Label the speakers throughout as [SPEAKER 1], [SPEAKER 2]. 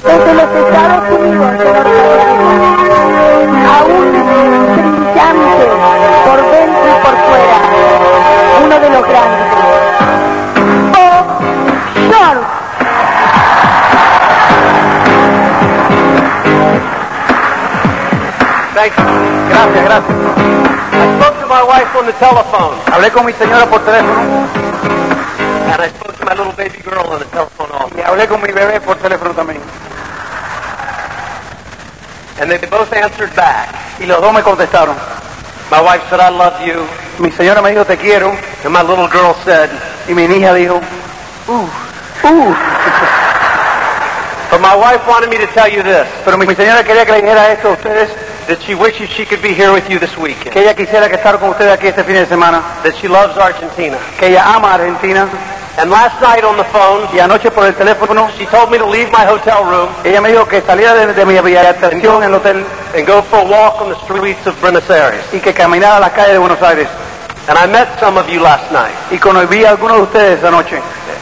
[SPEAKER 1] Desde los Estados Unidos de Norteamérica, aún brillante por dentro y por fuera, uno de los grandes. Bob Short.
[SPEAKER 2] Thank you. Gracias, gracias. I spoke to my wife on the telephone. Hablé con mi señora por teléfono. And I spoke to my little baby girl on the telephone also. Y hablé con mi bebé por teléfono también. And they both answered back. Y los dos me contestaron. My wife said, I love you. Mi señora me dijo, te quiero. And my little girl said, y mi hija dijo, ooh, ooh. But my wife wanted me to tell you this. Pero mi señora quería que le dijera esto a ustedes. That she wishes she could be here with you this weekend. Que ella quisiera que estar con ustedes aquí este fin de semana. That she loves Argentina. Que ella ama Argentina. And last night on the phone, y anoche por el teléfono, she told me to leave my hotel room. Ella me dijo que saliera de, de mi habitación en el hotel. And go for a walk on the streets of Buenos Aires. Y que caminara a las calles de Buenos Aires. And I met some of you last night. Y conocí a algunos de ustedes anoche.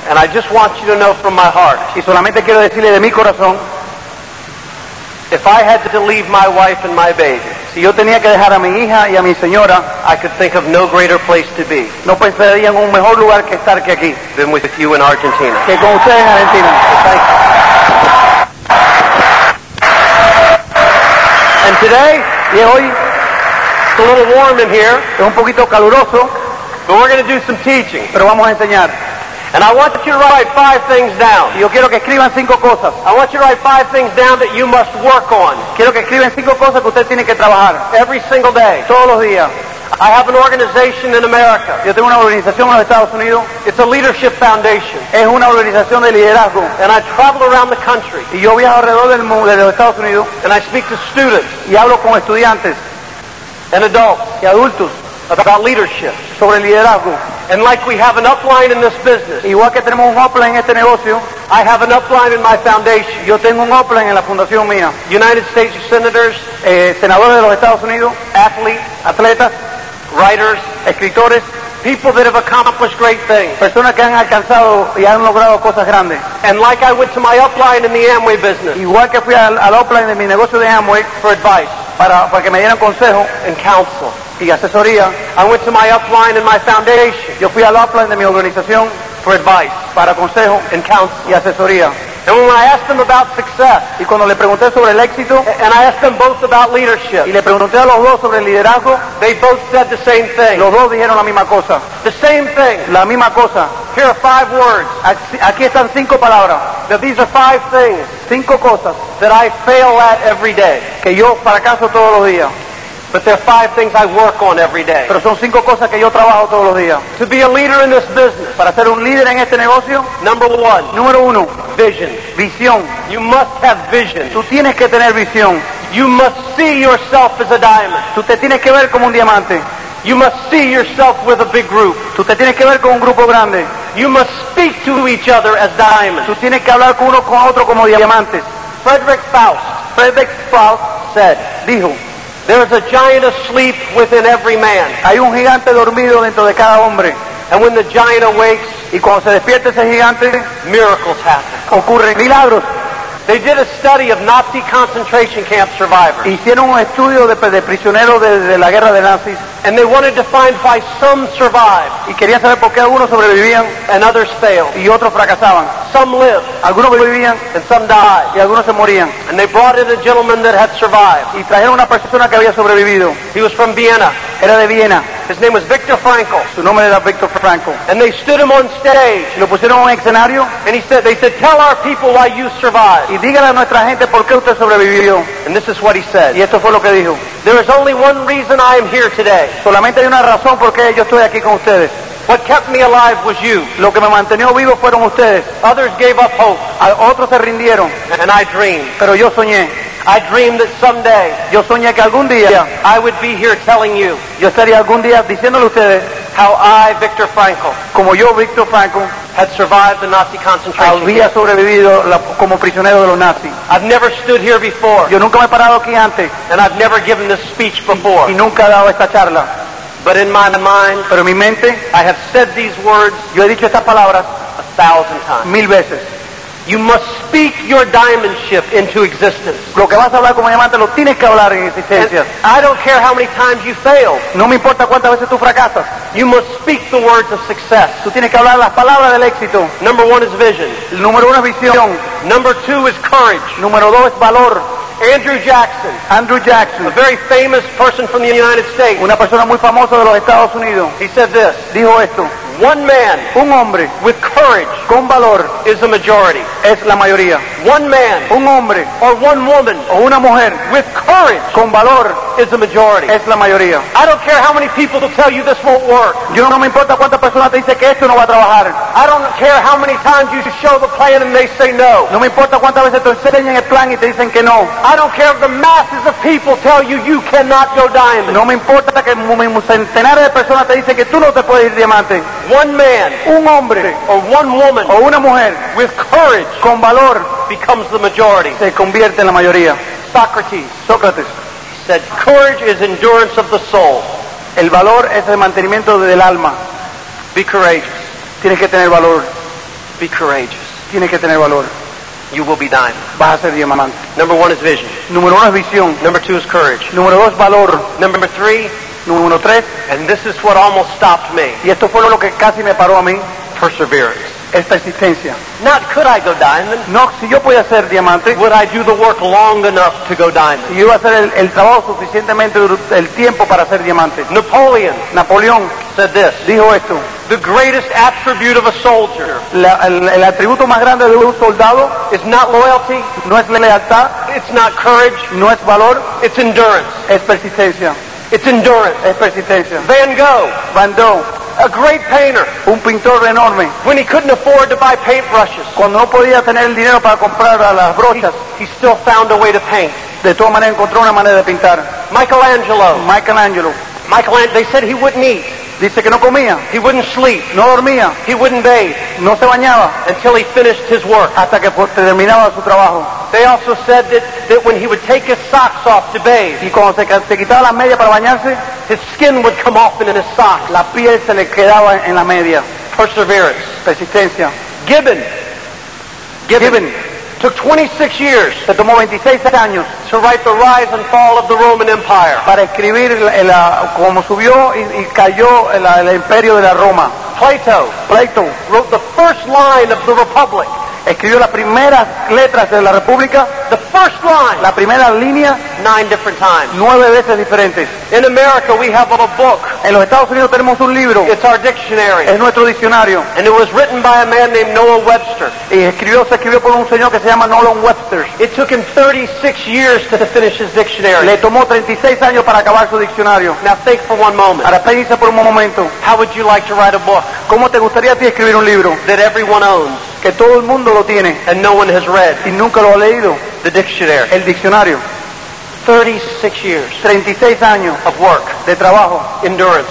[SPEAKER 2] And I just want you to know from my heart. Y solamente quiero decirle de mi corazón. If I had to leave my wife and my baby, si yo tenía que dejar a mi hija y a mi señora, I could think of no greater place to be. No pensaría en un mejor lugar que estar que aquí. Than with you in Argentina. Que con ustedes en Argentina. Thank you. And today, y hoy, it's a little warm in here. Es un poquito caluroso. But we're going to do some teaching. Pero vamos a enseñar. And I want you to write five things down. Yo quiero que escriban cinco cosas. I want you to write five things down that you must work on. Quiero que escriban cinco cosas que usted tiene que trabajar. Every single day. Todos los días. I have an organization in America. Yo tengo una organización en los Estados Unidos. It's a leadership foundation. Es una organización de liderazgo. And I travel around the country. Y yo viajo alrededor del mundo de los Estados Unidos. And I speak to students. Y hablo con estudiantes. And adults. Y adultos. About leadership. Sobre liderazgo. And like we have an upline in this business. Igual que tenemos un upline en este negocio. I have an upline in my foundation. Yo tengo un upline en la fundación mía. United States senators, eh, senadores de los Estados Unidos, athletes, atletas, writers, escritores, people that have accomplished great things. Personas que han alcanzado y han logrado cosas grandes. And like I went to my upline in the Amway business. Igual que fui al, al upline de mi negocio de Amway for advice, para para que me dieran consejo and counsel y asesoría. I went to my upline in my foundation. Yo fui al upline de mi organización for advice, para consejo and counsel y asesoría. And when I asked them about success, y cuando le pregunté sobre el éxito, and I asked them both about leadership, y le pregunté a los dos sobre el liderazgo, they both said the same thing. Los dos dijeron la misma cosa. The same thing. La misma cosa. Here are five words. Aquí, aquí están cinco palabras. That these are five things. Cinco cosas that I fail at every day. Que yo fracaso todos los días. But there are five things I work on every day. Pero son cinco cosas que yo trabajo todos los días. To be a leader in this business. Para ser un líder en este negocio. Number one. Número uno. Vision. Visión. You must have vision. Tú tienes que tener visión. You must see yourself as a diamond. Tú te tienes que ver como un diamante. You must see yourself with a big group. Tú te tienes que ver con un grupo grande. You must speak to each other as diamonds. Tú tienes que hablar con uno con otro como diamantes. Frederick Faust. Frederick Faust said. Dijo. There is a giant asleep within every man. Hay un gigante dormido dentro de cada hombre. And when the giant awakes, y cuando se despierta ese gigante, miracles happen. Ocurren milagros. They did a study of Nazi concentration camp survivors. Hicieron un estudio de, de prisioneros de, de la guerra de nazis. And they wanted to find why some survived. Y querían saber por qué algunos sobrevivían. And others failed. Y otros fracasaban. Some lived. Algunos vivían. And some died. Y algunos se morían. And they brought in a gentleman that had survived. Y trajeron una persona que había sobrevivido. He was from Vienna. Era de Viena. His name was Viktor Frankl. Su nombre era Viktor Frankl. And they stood him on stage. Lo pusieron en escenario. And he said, they said, tell our people why you survived. Y dígale a nuestra gente por qué usted sobrevivió. And this is what he said. Y esto fue lo que dijo. There is only one reason I am here today. Solamente hay una razón por qué yo estoy aquí con ustedes.
[SPEAKER 3] What kept me alive was you.
[SPEAKER 2] Lo que me mantenió vivo fueron ustedes.
[SPEAKER 3] Others gave up hope,
[SPEAKER 2] A- Otros se rindieron,
[SPEAKER 3] and I dreamed.
[SPEAKER 2] pero yo soñé.
[SPEAKER 3] I dreamed that someday
[SPEAKER 2] Yo soñé que algún día,
[SPEAKER 3] I would be here telling you
[SPEAKER 2] yo estaría algún día diciéndole a ustedes,
[SPEAKER 3] how I, Viktor Frankl,
[SPEAKER 2] como yo, Víctor Franco,
[SPEAKER 3] had survived the Nazi concentration
[SPEAKER 2] había
[SPEAKER 3] camp.
[SPEAKER 2] sobrevivido la- como prisionero de los nazis.
[SPEAKER 3] I've never stood here before,
[SPEAKER 2] Yo nunca me he parado aquí antes
[SPEAKER 3] and I've never given this speech before.
[SPEAKER 2] y nunca he dado esta charla,
[SPEAKER 3] But in my mind,
[SPEAKER 2] pero en mi mente,
[SPEAKER 3] I have said these words
[SPEAKER 2] yo he dicho estas palabras
[SPEAKER 3] a thousand times.
[SPEAKER 2] mil veces.
[SPEAKER 3] You must speak your diamond ship into existence.
[SPEAKER 2] Lo que vas a hablar como diamante lo tienes que hablar en
[SPEAKER 3] And
[SPEAKER 2] existencia.
[SPEAKER 3] I don't care how many times you fail.
[SPEAKER 2] No me importa cuántas veces tú fracasas,
[SPEAKER 3] You must speak the words of success.
[SPEAKER 2] tú tienes que hablar las palabras del éxito.
[SPEAKER 3] Number one is vision.
[SPEAKER 2] El número uno es visión,
[SPEAKER 3] Number two is courage.
[SPEAKER 2] número dos es valor.
[SPEAKER 3] Andrew Jackson,
[SPEAKER 2] Andrew
[SPEAKER 3] a
[SPEAKER 2] Jackson,
[SPEAKER 3] very famous person from the United States,
[SPEAKER 2] una persona muy famosa de los Estados Unidos,
[SPEAKER 3] he said this.
[SPEAKER 2] dijo esto,
[SPEAKER 3] One man
[SPEAKER 2] un hombre
[SPEAKER 3] with courage
[SPEAKER 2] con valor
[SPEAKER 3] is a majority.
[SPEAKER 2] es la mayoría.
[SPEAKER 3] One man
[SPEAKER 2] Un hombre
[SPEAKER 3] or one woman
[SPEAKER 2] o una mujer
[SPEAKER 3] with courage
[SPEAKER 2] con valor
[SPEAKER 3] is a majority.
[SPEAKER 2] es la mayoría.
[SPEAKER 3] I don't care how many people will tell you this won't work.
[SPEAKER 2] Yo no me importa cuántas personas te dicen que esto no va a trabajar.
[SPEAKER 3] I don't care how many times you show the plan and they say no.
[SPEAKER 2] No me importa cuántas veces te enseñan el plan y te dicen que no.
[SPEAKER 3] I don't care if the masses of people tell you you cannot go diamond.
[SPEAKER 2] No me importa que mu- mu- centenares de personas te dicen que tú no te puedes ir diamante.
[SPEAKER 3] One man
[SPEAKER 2] Un hombre
[SPEAKER 3] or one woman
[SPEAKER 2] o una mujer
[SPEAKER 3] with courage
[SPEAKER 2] con valor
[SPEAKER 3] becomes the majority.
[SPEAKER 2] se convierte en la mayoría.
[SPEAKER 3] Socrates
[SPEAKER 2] Sócrates,
[SPEAKER 3] said, courage is endurance of the soul.
[SPEAKER 2] el valor es el mantenimiento del alma.
[SPEAKER 3] Be courageous.
[SPEAKER 2] Tienes que tener valor,
[SPEAKER 3] Be courageous.
[SPEAKER 2] tienes que tener valor.
[SPEAKER 3] You will be diamond.
[SPEAKER 2] Vas a ser diamante.
[SPEAKER 3] Number one is vision.
[SPEAKER 2] Número uno es visión.
[SPEAKER 3] Number two is courage.
[SPEAKER 2] Número dos, valor.
[SPEAKER 3] Number three,
[SPEAKER 2] Número tres,
[SPEAKER 3] and this is what almost stopped me,
[SPEAKER 2] y esto fue lo que casi me paró a mí,
[SPEAKER 3] perseverance.
[SPEAKER 2] esta existencia.
[SPEAKER 3] Not could I go diamond,
[SPEAKER 2] No, si yo podía ser diamante,
[SPEAKER 3] would I do the work long enough to go diamond?
[SPEAKER 2] si yo iba a hacer el, el trabajo suficientemente dur- el tiempo para ser diamante.
[SPEAKER 3] Napoleon
[SPEAKER 2] Napoleón
[SPEAKER 3] said this,
[SPEAKER 2] dijo esto,
[SPEAKER 3] the greatest attribute of a soldier
[SPEAKER 2] la- el, el atributo más grande de un soldado
[SPEAKER 3] is not loyalty,
[SPEAKER 2] no es lealtad,
[SPEAKER 3] it's not courage,
[SPEAKER 2] no es valor,
[SPEAKER 3] it's endurance.
[SPEAKER 2] es persistencia,
[SPEAKER 3] It's endurance.
[SPEAKER 2] es persistencia.
[SPEAKER 3] Van Gogh,
[SPEAKER 2] Van Gogh,
[SPEAKER 3] a great painter,
[SPEAKER 2] un pintor enorme,
[SPEAKER 3] when he couldn't afford to buy paintbrushes,
[SPEAKER 2] cuando no podía tener el dinero para comprar a las brochas,
[SPEAKER 3] he still found a way to paint.
[SPEAKER 2] de todas maneras encontró una manera de pintar.
[SPEAKER 3] Michelangelo,
[SPEAKER 2] Michelangelo
[SPEAKER 3] Michelangelo, they said he wouldn't eat,
[SPEAKER 2] dice que no comía,
[SPEAKER 3] he wouldn't sleep,
[SPEAKER 2] no dormía,
[SPEAKER 3] he wouldn't bathe
[SPEAKER 2] no se bañaba
[SPEAKER 3] until he finished his work.
[SPEAKER 2] hasta que pues, terminaba su trabajo.
[SPEAKER 3] They also said that, that when he would take his socks off to bathe,
[SPEAKER 2] Y cuando se, ca- se quitaba las medias para bañarse,
[SPEAKER 3] his skin would come off in his sock.
[SPEAKER 2] la piel se le quedaba en la media.
[SPEAKER 3] Perseverance.
[SPEAKER 2] Persistencia.
[SPEAKER 3] Gibbon. Gibbon.
[SPEAKER 2] Gibbon.
[SPEAKER 3] Took 26 years
[SPEAKER 2] Se tomó 26 años
[SPEAKER 3] to write The Rise and Fall of the Roman Empire.
[SPEAKER 2] para escribir la- la- cómo subió y, y cayó el, el imperio de la Roma.
[SPEAKER 3] Plato
[SPEAKER 2] Plato
[SPEAKER 3] wrote the first line of the Republic.
[SPEAKER 2] escribió las primeras letras de la República,
[SPEAKER 3] The first line.
[SPEAKER 2] la primera línea,
[SPEAKER 3] Nine different times.
[SPEAKER 2] nueve veces diferentes.
[SPEAKER 3] In America, we have a book.
[SPEAKER 2] En los Estados Unidos tenemos un libro,
[SPEAKER 3] It's our dictionary.
[SPEAKER 2] es nuestro diccionario,
[SPEAKER 3] And it was written by a man named Noah Webster.
[SPEAKER 2] y escribió, se escribió por un señor que se llama Nolan Webster.
[SPEAKER 3] It took him 36 years to finish his dictionary.
[SPEAKER 2] Le tomó 36 años para acabar su diccionario.
[SPEAKER 3] Now think for one moment.
[SPEAKER 2] Ahora piensa por un momento,
[SPEAKER 3] How would you like to write a book
[SPEAKER 2] ¿cómo te gustaría a ti escribir un libro?
[SPEAKER 3] that everyone owns
[SPEAKER 2] que todo el mundo lo tiene
[SPEAKER 3] and no one has read?
[SPEAKER 2] y nunca lo ha leído,
[SPEAKER 3] The dictionary.
[SPEAKER 2] el diccionario.
[SPEAKER 3] 36 years
[SPEAKER 2] 36 años
[SPEAKER 3] of work,
[SPEAKER 2] de trabajo,
[SPEAKER 3] endurance,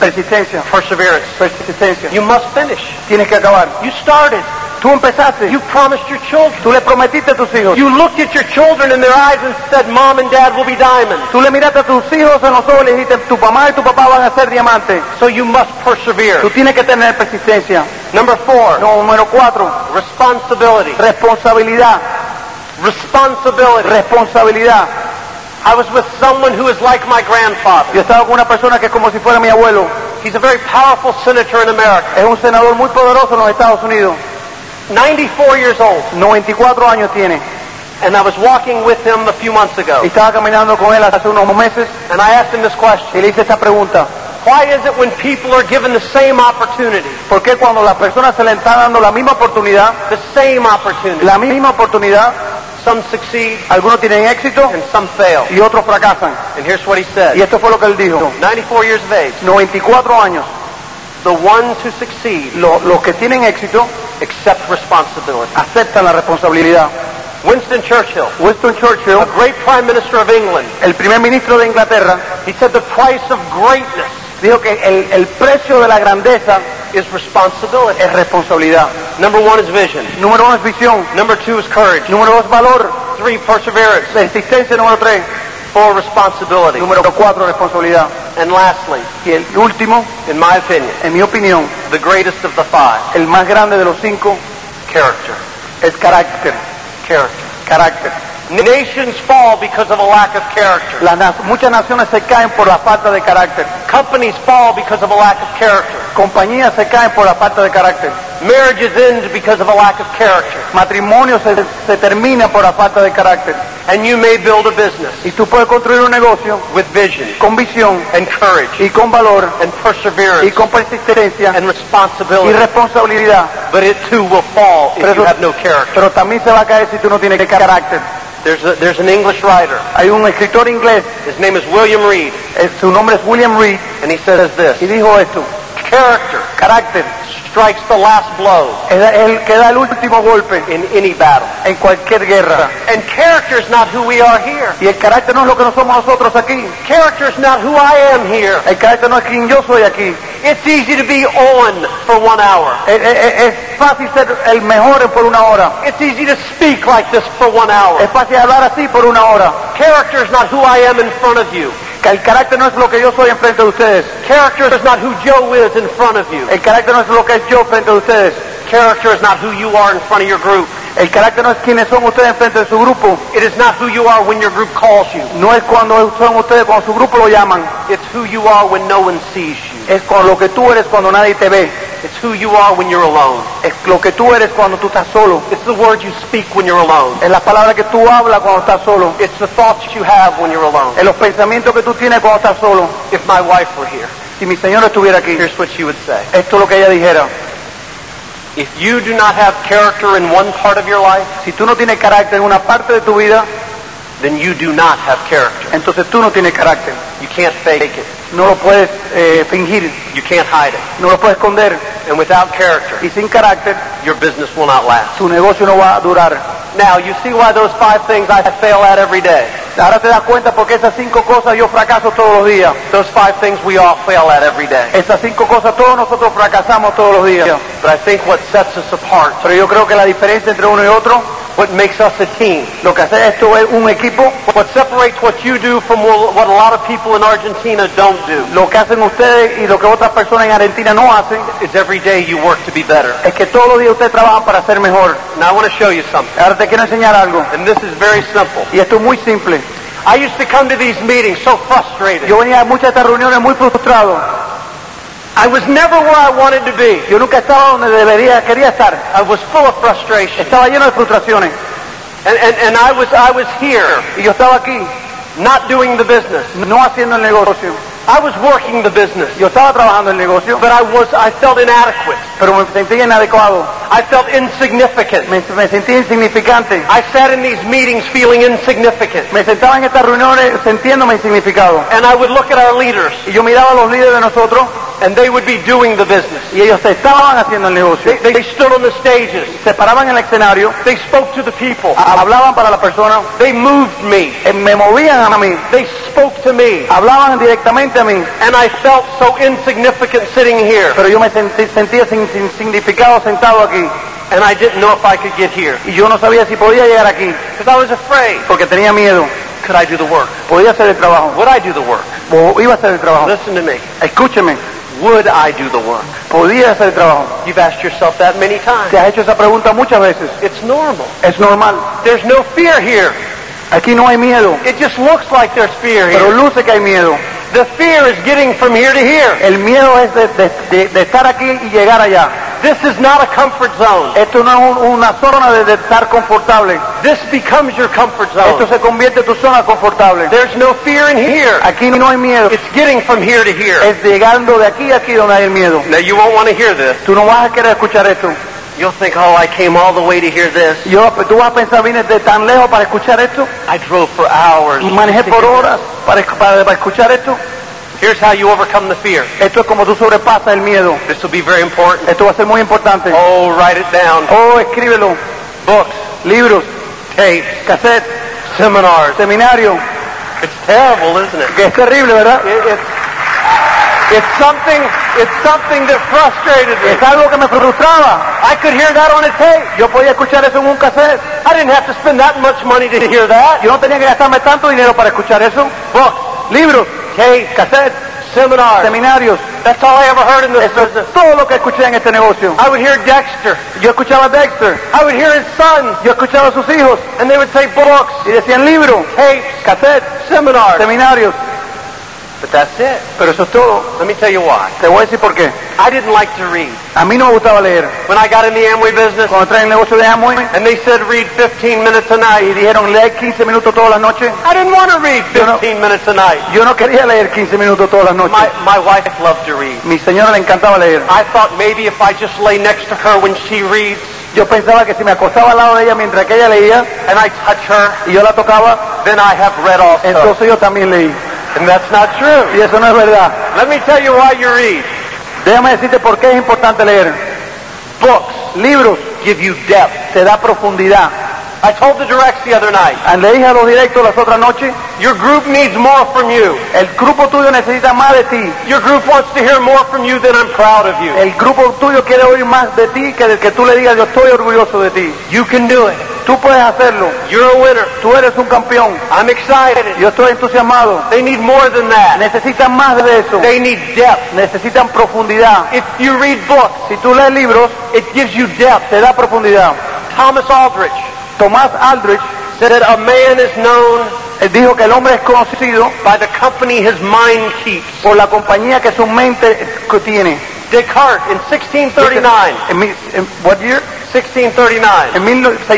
[SPEAKER 2] persistencia,
[SPEAKER 3] perseverance.
[SPEAKER 2] persistencia.
[SPEAKER 3] You must finish.
[SPEAKER 2] Tienes que acabar.
[SPEAKER 3] You started.
[SPEAKER 2] Tú empezaste,
[SPEAKER 3] You promised your children.
[SPEAKER 2] tú le prometiste a tus hijos,
[SPEAKER 3] You looked at your children in their eyes and said, Mom and Dad will be diamonds.
[SPEAKER 2] tú le miraste a tus hijos en los ojos y le dijiste, tu mamá y tu papá van a ser diamantes.
[SPEAKER 3] So you must persevere.
[SPEAKER 2] Tú tienes que tener persistencia.
[SPEAKER 3] Number four,
[SPEAKER 2] Número 4,
[SPEAKER 3] responsibility.
[SPEAKER 2] responsabilidad,
[SPEAKER 3] Responsibility.
[SPEAKER 2] responsabilidad.
[SPEAKER 3] I was with someone who is like my grandfather.
[SPEAKER 2] Yo estaba con una persona que es como si fuera mi abuelo.
[SPEAKER 3] He's a very powerful senator in America.
[SPEAKER 2] Es un senador muy poderoso en los Estados Unidos.
[SPEAKER 3] 94 years old.
[SPEAKER 2] 94 años tiene.
[SPEAKER 3] And I was walking with him a few months
[SPEAKER 2] Y
[SPEAKER 3] ago.
[SPEAKER 2] estaba caminando con él hace unos meses
[SPEAKER 3] And I asked him this
[SPEAKER 2] y
[SPEAKER 3] question.
[SPEAKER 2] le hice esta pregunta.
[SPEAKER 3] Why is it when people are given the same opportunity,
[SPEAKER 2] ¿Por qué cuando las personas se le está dando la misma oportunidad,
[SPEAKER 3] the same opportunity,
[SPEAKER 2] la misma oportunidad,
[SPEAKER 3] some succeed
[SPEAKER 2] algunos tienen éxito
[SPEAKER 3] and some fail?
[SPEAKER 2] y otros fracasan?
[SPEAKER 3] And here's what he
[SPEAKER 2] Y
[SPEAKER 3] said.
[SPEAKER 2] esto fue lo que él dijo.
[SPEAKER 3] 94 years of age.
[SPEAKER 2] 94 años.
[SPEAKER 3] the ones who succeed
[SPEAKER 2] Lo- los que tienen éxito
[SPEAKER 3] accept responsibility.
[SPEAKER 2] aceptan la responsabilidad.
[SPEAKER 3] Winston Churchill,
[SPEAKER 2] Winston Churchill,
[SPEAKER 3] a great prime minister of England,
[SPEAKER 2] el primer ministro de Inglaterra,
[SPEAKER 3] he said the price of greatness
[SPEAKER 2] dijo que el, el precio de la grandeza
[SPEAKER 3] is responsibility.
[SPEAKER 2] es responsabilidad.
[SPEAKER 3] Number one is vision.
[SPEAKER 2] Número uno es visión.
[SPEAKER 3] Number two is courage.
[SPEAKER 2] Número dos, valor.
[SPEAKER 3] Three, perseverance.
[SPEAKER 2] Persistencia, número tres.
[SPEAKER 3] Four, responsibility.
[SPEAKER 2] Número cuatro, responsabilidad.
[SPEAKER 3] And lastly,
[SPEAKER 2] Y el último,
[SPEAKER 3] in my opinion,
[SPEAKER 2] en mi opinión,
[SPEAKER 3] the greatest of the five,
[SPEAKER 2] el más grande de los cinco,
[SPEAKER 3] character.
[SPEAKER 2] es carácter.
[SPEAKER 3] Character.
[SPEAKER 2] Carácter.
[SPEAKER 3] Nations fall because of a lack of character.
[SPEAKER 2] Las na- muchas naciones se caen por la falta de carácter.
[SPEAKER 3] Companies fall because of a lack of character.
[SPEAKER 2] Compañías se caen por la falta de carácter.
[SPEAKER 3] Marriages end because of a lack of character.
[SPEAKER 2] Matrimonio se, se termina por la falta de carácter.
[SPEAKER 3] And you may build a business
[SPEAKER 2] Y tú puedes construir un negocio
[SPEAKER 3] with vision
[SPEAKER 2] con visión
[SPEAKER 3] and courage
[SPEAKER 2] y con valor
[SPEAKER 3] and
[SPEAKER 2] y
[SPEAKER 3] perseverance
[SPEAKER 2] con persistencia
[SPEAKER 3] and
[SPEAKER 2] y
[SPEAKER 3] responsibility.
[SPEAKER 2] responsabilidad.
[SPEAKER 3] But it too will fall if
[SPEAKER 2] Pero,
[SPEAKER 3] you have no character.
[SPEAKER 2] pero también se va a caer si tú no tienes carácter.
[SPEAKER 3] There's, a, there's an English writer.
[SPEAKER 2] Hay un escritor inglés,
[SPEAKER 3] His name is William Reed.
[SPEAKER 2] eh, su nombre es William Reed,
[SPEAKER 3] And he says
[SPEAKER 2] y
[SPEAKER 3] this,
[SPEAKER 2] dijo esto,
[SPEAKER 3] character
[SPEAKER 2] carácter
[SPEAKER 3] strikes the last blow
[SPEAKER 2] es la- el que da el último golpe
[SPEAKER 3] in any battle.
[SPEAKER 2] en cualquier guerra.
[SPEAKER 3] And character is not who we are here.
[SPEAKER 2] Y el carácter no es lo que no somos nosotros aquí.
[SPEAKER 3] Character is not who I am here.
[SPEAKER 2] El carácter no es quien yo soy aquí.
[SPEAKER 3] It's easy to be on for one hour.
[SPEAKER 2] Es, es- es fácil ser el mejor por una hora.
[SPEAKER 3] It's easy to speak like this for one hour.
[SPEAKER 2] Es fácil hablar así por una hora.
[SPEAKER 3] Character is not who I am in front of you.
[SPEAKER 2] Que el carácter no es lo que yo soy enfrente de ustedes.
[SPEAKER 3] Character is not who Joe is in front of you.
[SPEAKER 2] El carácter no es lo que es yo frente de ustedes.
[SPEAKER 3] Character is not who you are in front of your group.
[SPEAKER 2] El carácter no es quienes son ustedes frente de su grupo.
[SPEAKER 3] It is not who you are when your group calls you.
[SPEAKER 2] No es cuando son ustedes, cuando su grupo lo llaman.
[SPEAKER 3] It's who you are when no one sees you.
[SPEAKER 2] Es con lo que tú eres cuando nadie te ve.
[SPEAKER 3] It's who you are when you're alone.
[SPEAKER 2] Es lo que tú eres cuando tú estás solo.
[SPEAKER 3] It's the word you speak when you're alone.
[SPEAKER 2] Es la palabra que tú hablas cuando estás solo.
[SPEAKER 3] It's the thoughts you have when you're alone.
[SPEAKER 2] Es los pensamientos que tú tienes cuando estás solo.
[SPEAKER 3] If my wife were here,
[SPEAKER 2] Si mi señora estuviera aquí,
[SPEAKER 3] here's what she would say.
[SPEAKER 2] esto es lo que ella dijera.
[SPEAKER 3] If you do not have character in one part of your life,
[SPEAKER 2] Si tú no tienes carácter en una parte de tu vida,
[SPEAKER 3] then you do not have character.
[SPEAKER 2] entonces tú no tienes carácter.
[SPEAKER 3] You can't fake it.
[SPEAKER 2] No lo puedes eh, fingir,
[SPEAKER 3] You can't hide it.
[SPEAKER 2] no lo puedes esconder.
[SPEAKER 3] And without character,
[SPEAKER 2] Y sin carácter,
[SPEAKER 3] your business will not last.
[SPEAKER 2] tu negocio no va a durar.
[SPEAKER 3] Now, you see why those five things I fail at every day.
[SPEAKER 2] Ahora te das cuenta porque esas cinco cosas yo fracaso todos los días.
[SPEAKER 3] Those five things we all fail at every day.
[SPEAKER 2] Esas cinco cosas todos nosotros fracasamos todos los días.
[SPEAKER 3] But I think what sets us apart,
[SPEAKER 2] Pero yo creo que la diferencia entre uno y otro,
[SPEAKER 3] what makes us a team,
[SPEAKER 2] lo que hace esto es un equipo.
[SPEAKER 3] what separates what you do from what a lot of people in Argentina don't do,
[SPEAKER 2] Lo que hacen ustedes y lo que otras personas en Argentina no hacen
[SPEAKER 3] is every day you work to be better.
[SPEAKER 2] es que todos los días ustedes trabajan para ser mejor.
[SPEAKER 3] And I want to show you something.
[SPEAKER 2] Ahora te quiero enseñar algo.
[SPEAKER 3] And this is very simple.
[SPEAKER 2] Y esto es muy simple.
[SPEAKER 3] I used to come to these meetings so frustrated.
[SPEAKER 2] Yo venía a muchas de estas reuniones muy frustrado.
[SPEAKER 3] I was never where I wanted to be.
[SPEAKER 2] Yo nunca estaba donde debería, quería estar.
[SPEAKER 3] I was full of frustration.
[SPEAKER 2] Estaba lleno de frustraciones.
[SPEAKER 3] And, and, and I was I was here,
[SPEAKER 2] Y yo estaba aquí,
[SPEAKER 3] not doing the business.
[SPEAKER 2] no haciendo el negocio.
[SPEAKER 3] I was working the business,
[SPEAKER 2] Yo estaba trabajando el negocio,
[SPEAKER 3] but I was I felt inadequate.
[SPEAKER 2] pero me sentía inadecuado.
[SPEAKER 3] I felt insignificant.
[SPEAKER 2] Me, me sentía insignificante.
[SPEAKER 3] I sat in these meetings feeling insignificant.
[SPEAKER 2] Me sentaba en estas reuniones sintiéndome insignificado.
[SPEAKER 3] And I would look at our leaders,
[SPEAKER 2] Y yo miraba a los líderes de nosotros
[SPEAKER 3] and they would be doing the business.
[SPEAKER 2] y ellos se estaban haciendo el negocio.
[SPEAKER 3] They, they stood on the stages.
[SPEAKER 2] Se paraban en el escenario,
[SPEAKER 3] They spoke to the people.
[SPEAKER 2] a- hablaban para la persona,
[SPEAKER 3] They moved me.
[SPEAKER 2] eh, me movían a mí,
[SPEAKER 3] They spoke to me.
[SPEAKER 2] hablaban directamente a mí,
[SPEAKER 3] And I felt so insignificant sitting here.
[SPEAKER 2] pero yo me sentí- sentía sin- sin- insignificado sentado aquí.
[SPEAKER 3] And I didn't know if I could get here.
[SPEAKER 2] Y yo no sabía si podía llegar aquí,
[SPEAKER 3] Because I was afraid.
[SPEAKER 2] porque tenía miedo.
[SPEAKER 3] Could I do the work?
[SPEAKER 2] Podía hacer el trabajo,
[SPEAKER 3] Would I do the work?
[SPEAKER 2] o iba a hacer el trabajo.
[SPEAKER 3] Listen to me.
[SPEAKER 2] Escúcheme,
[SPEAKER 3] Would I do the work?
[SPEAKER 2] podía hacer el trabajo.
[SPEAKER 3] You've asked yourself that many times.
[SPEAKER 2] Te has hecho esa pregunta muchas veces.
[SPEAKER 3] It's normal.
[SPEAKER 2] Es normal.
[SPEAKER 3] There's no fear here.
[SPEAKER 2] Aquí no hay miedo,
[SPEAKER 3] It just looks like there's fear
[SPEAKER 2] pero
[SPEAKER 3] here.
[SPEAKER 2] luce que hay miedo.
[SPEAKER 3] The fear is getting from here to here.
[SPEAKER 2] El miedo es de, de- de- de estar aquí y llegar allá.
[SPEAKER 3] This is not a comfort zone.
[SPEAKER 2] Esto no es un- una zona de, de estar confortable.
[SPEAKER 3] This becomes your comfort
[SPEAKER 2] Esto
[SPEAKER 3] zone.
[SPEAKER 2] se convierte en tu zona confortable.
[SPEAKER 3] There's no fear in here.
[SPEAKER 2] Aquí no hay miedo.
[SPEAKER 3] It's getting from here to here.
[SPEAKER 2] Es llegando de aquí a aquí donde hay el miedo.
[SPEAKER 3] Now you won't want to hear this.
[SPEAKER 2] Tú no vas a querer escuchar esto.
[SPEAKER 3] You'll think, oh, I came all the way to hear this.
[SPEAKER 2] Yo, tú vas a pensar, vine de tan lejos para escuchar esto.
[SPEAKER 3] I drove for hours.
[SPEAKER 2] Manejé por horas para, esc- para- para escuchar esto.
[SPEAKER 3] Here's how you overcome the fear.
[SPEAKER 2] Esto es como tú sobrepasas el miedo.
[SPEAKER 3] This will be very important.
[SPEAKER 2] Esto va a ser muy importante.
[SPEAKER 3] Oh, write it down.
[SPEAKER 2] Oh, escríbelo.
[SPEAKER 3] Books,
[SPEAKER 2] Libros,
[SPEAKER 3] tapes,
[SPEAKER 2] cassette,
[SPEAKER 3] seminars.
[SPEAKER 2] seminario.
[SPEAKER 3] It's terrible, isn't it?
[SPEAKER 2] Que es terrible, ¿verdad?
[SPEAKER 3] It- it's, it's something. It's something that frustrated me.
[SPEAKER 2] Es algo que me frustraba.
[SPEAKER 3] I could hear that on a tape.
[SPEAKER 2] Yo podía escuchar eso en un cassette.
[SPEAKER 3] I didn't have to spend that much money to hear that.
[SPEAKER 2] Yo no tenía que gastarme tanto dinero para escuchar eso.
[SPEAKER 3] Books,
[SPEAKER 2] Libros,
[SPEAKER 3] tapes,
[SPEAKER 2] cassette,
[SPEAKER 3] seminars.
[SPEAKER 2] seminarios.
[SPEAKER 3] That's all I ever heard in this
[SPEAKER 2] Eso
[SPEAKER 3] business.
[SPEAKER 2] es todo lo que escuché en este negocio.
[SPEAKER 3] I would hear Dexter.
[SPEAKER 2] Yo escuchaba a Dexter.
[SPEAKER 3] I would hear his sons,
[SPEAKER 2] Yo escuchaba a sus hijos.
[SPEAKER 3] and they would say books,
[SPEAKER 2] Y decían libros,
[SPEAKER 3] tapes,
[SPEAKER 2] cassette,
[SPEAKER 3] seminars.
[SPEAKER 2] seminarios.
[SPEAKER 3] But that's it.
[SPEAKER 2] Pero eso es todo.
[SPEAKER 3] Let me tell you why.
[SPEAKER 2] Te voy a decir por qué.
[SPEAKER 3] I didn't like to read.
[SPEAKER 2] A mí no me gustaba leer.
[SPEAKER 3] When I got in the Amway business,
[SPEAKER 2] Cuando entré en el negocio de Amway,
[SPEAKER 3] and they said read 15 minutes a
[SPEAKER 2] y
[SPEAKER 3] night,
[SPEAKER 2] dijeron leer 15 minutos todas las noches.
[SPEAKER 3] I didn't want to read
[SPEAKER 2] You know-
[SPEAKER 3] 15 minutes a night.
[SPEAKER 2] Yo no quería leer 15 minutos todas las noches.
[SPEAKER 3] My, my wife loved to read.
[SPEAKER 2] Mi señora le encantaba leer.
[SPEAKER 3] I thought maybe if I just lay next to her when she reads,
[SPEAKER 2] Yo pensaba que si me acostaba al lado de ella mientras que ella leía
[SPEAKER 3] and I touch her,
[SPEAKER 2] y yo la tocaba,
[SPEAKER 3] then I have read also.
[SPEAKER 2] entonces yo también leí.
[SPEAKER 3] And that's not
[SPEAKER 2] Y
[SPEAKER 3] true.
[SPEAKER 2] eso no es verdad.
[SPEAKER 3] Let me tell you why you read.
[SPEAKER 2] Déjame decirte por qué es importante leer.
[SPEAKER 3] Books
[SPEAKER 2] Libros
[SPEAKER 3] give you depth.
[SPEAKER 2] te da profundidad.
[SPEAKER 3] I told the directs the other night,
[SPEAKER 2] Ah, Le dije a los directos las otras noches,
[SPEAKER 3] your group needs more from you.
[SPEAKER 2] el grupo tuyo necesita más de ti.
[SPEAKER 3] Your group wants to hear more from you than I'm proud of you.
[SPEAKER 2] El grupo tuyo quiere oír más de ti que del que tú le digas yo estoy orgulloso de ti.
[SPEAKER 3] You can do it.
[SPEAKER 2] Tú puedes hacerlo.
[SPEAKER 3] You're a winner.
[SPEAKER 2] Tú eres un campeón.
[SPEAKER 3] I'm excited.
[SPEAKER 2] Yo estoy entusiasmado.
[SPEAKER 3] They need more than that.
[SPEAKER 2] Necesitan más de eso.
[SPEAKER 3] They need depth.
[SPEAKER 2] Necesitan profundidad.
[SPEAKER 3] If you read books,
[SPEAKER 2] Si tú lees libros,
[SPEAKER 3] it gives you depth.
[SPEAKER 2] te da profundidad.
[SPEAKER 3] Thomas Aldrich
[SPEAKER 2] Tomás Aldrich
[SPEAKER 3] said a man is known
[SPEAKER 2] él dijo que el hombre es conocido
[SPEAKER 3] by the company his mind keeps.
[SPEAKER 2] por la compañía que su mente eh, tiene.
[SPEAKER 3] Descartes in 1639,
[SPEAKER 2] En, mil- en- what year?
[SPEAKER 3] 1639,
[SPEAKER 2] En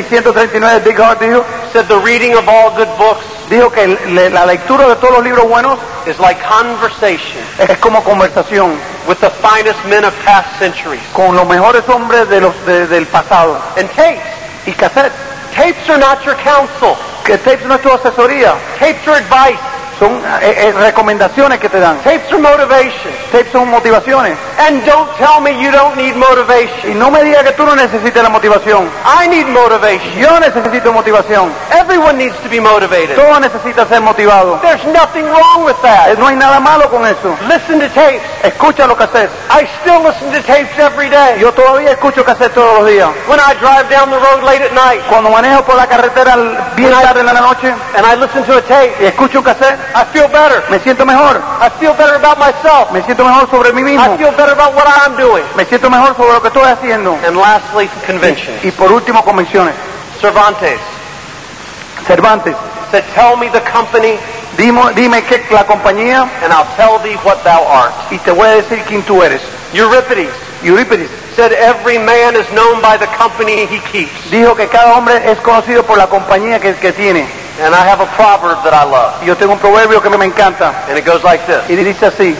[SPEAKER 2] 1639 Big Heart dijo,
[SPEAKER 3] said the reading of all good books
[SPEAKER 2] dijo que le- la lectura de todos los libros buenos
[SPEAKER 3] is like conversation
[SPEAKER 2] es como conversación
[SPEAKER 3] with the finest men of past centuries.
[SPEAKER 2] con los mejores hombres de los de- del pasado.
[SPEAKER 3] And tapes.
[SPEAKER 2] Y cassette,
[SPEAKER 3] Tapes are not your counsel.
[SPEAKER 2] que tapes no es tu asesoría,
[SPEAKER 3] Tapes are advice.
[SPEAKER 2] son eh, eh, recomendaciones que te dan.
[SPEAKER 3] Tapes are motivation.
[SPEAKER 2] Tapes son motivaciones.
[SPEAKER 3] And don't tell me you don't need
[SPEAKER 2] Y
[SPEAKER 3] motivation.
[SPEAKER 2] no me digas que tú no necesites la motivación.
[SPEAKER 3] I need motivation.
[SPEAKER 2] Yo necesito motivación.
[SPEAKER 3] Everyone needs to be motivated.
[SPEAKER 2] Todo necesita ser motivado.
[SPEAKER 3] There's nothing wrong with
[SPEAKER 2] Eh,
[SPEAKER 3] that.
[SPEAKER 2] No hay nada malo con eso.
[SPEAKER 3] Listen to tapes.
[SPEAKER 2] Escucha los cassettes.
[SPEAKER 3] I still listen to tapes every day.
[SPEAKER 2] Yo todavía escucho cassettes todos los días.
[SPEAKER 3] When I drive down the road late at night
[SPEAKER 2] Cuando manejo por la carretera al- bien tarde en la noche
[SPEAKER 3] and I listen to a tape,
[SPEAKER 2] y escucho un cassette,
[SPEAKER 3] I feel better.
[SPEAKER 2] me siento mejor.
[SPEAKER 3] I feel better about myself.
[SPEAKER 2] Me siento mejor sobre mí
[SPEAKER 3] I
[SPEAKER 2] mismo.
[SPEAKER 3] feel better about what I'm doing.
[SPEAKER 2] Me siento mejor sobre lo que estoy haciendo.
[SPEAKER 3] And lastly, convention.
[SPEAKER 2] Y por último, convenciones.
[SPEAKER 3] Cervantes
[SPEAKER 2] Cervantes,
[SPEAKER 3] said, Tell me the company,
[SPEAKER 2] dimo- dime qué la compañía
[SPEAKER 3] and I'll tell thee what thou art.
[SPEAKER 2] y te voy a decir quién tú eres.
[SPEAKER 3] Euripides
[SPEAKER 2] Eurípides
[SPEAKER 3] said, Every man is known by the company he keeps.
[SPEAKER 2] dijo que cada hombre es conocido por la compañía que, que tiene.
[SPEAKER 3] And I have a proverb that I love,
[SPEAKER 2] Y yo tengo un proverbio que me encanta
[SPEAKER 3] and it goes like this.
[SPEAKER 2] y dice así.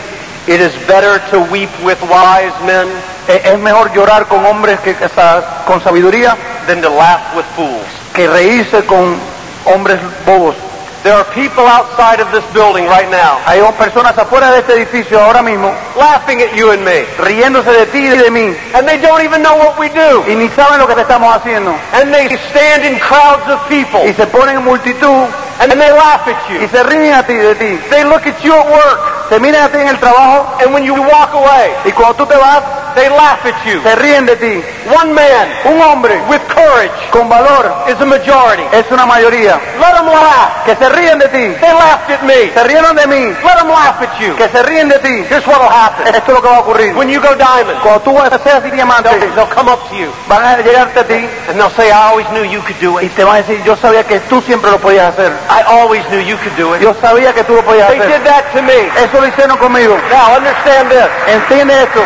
[SPEAKER 3] It is better to weep with wise men
[SPEAKER 2] "E- Es mejor llorar con hombres que, que sa- con sabiduría
[SPEAKER 3] than to laugh with fools.
[SPEAKER 2] que reírse con hombres bobos.
[SPEAKER 3] There are people outside of this building right now
[SPEAKER 2] Hay dos personas afuera de este edificio ahora mismo
[SPEAKER 3] laughing at you and me,
[SPEAKER 2] riéndose de ti y de mí
[SPEAKER 3] and they don't even know what we do.
[SPEAKER 2] y ni saben lo que te estamos haciendo.
[SPEAKER 3] And they stand in crowds of
[SPEAKER 2] Y
[SPEAKER 3] people
[SPEAKER 2] se ponen en multitud
[SPEAKER 3] and they laugh at
[SPEAKER 2] y
[SPEAKER 3] you.
[SPEAKER 2] se ríen a ti de ti.
[SPEAKER 3] They look at you at work,
[SPEAKER 2] Te miran a ti en el trabajo
[SPEAKER 3] and when you walk away,
[SPEAKER 2] y cuando tú te vas
[SPEAKER 3] they laugh at you.
[SPEAKER 2] se ríen de ti.
[SPEAKER 3] One man
[SPEAKER 2] Un hombre
[SPEAKER 3] with courage
[SPEAKER 2] con valor
[SPEAKER 3] is a majority.
[SPEAKER 2] es una mayoría.
[SPEAKER 3] Let them laugh.
[SPEAKER 2] Que se ríen de ti.
[SPEAKER 3] They laughed at me.
[SPEAKER 2] Se rieron de mí.
[SPEAKER 3] Let them laugh at you.
[SPEAKER 2] Que se ríen de ti.
[SPEAKER 3] Here's what'll happen.
[SPEAKER 2] Esto es lo que va a ocurrir.
[SPEAKER 3] When you go diamond,
[SPEAKER 2] Cuando tú seas diamante,
[SPEAKER 3] they'll, they'll come up to you
[SPEAKER 2] van a llegarte a ti
[SPEAKER 3] and they'll say, I always knew you could do it.
[SPEAKER 2] y te van a decir, yo sabía que tú siempre lo podías hacer.
[SPEAKER 3] I always knew you could do it.
[SPEAKER 2] Yo sabía que tú lo podías
[SPEAKER 3] They
[SPEAKER 2] hacer.
[SPEAKER 3] did that to me.
[SPEAKER 2] Eso lo hicieron conmigo.
[SPEAKER 3] Now understand this.
[SPEAKER 2] Entiende esto.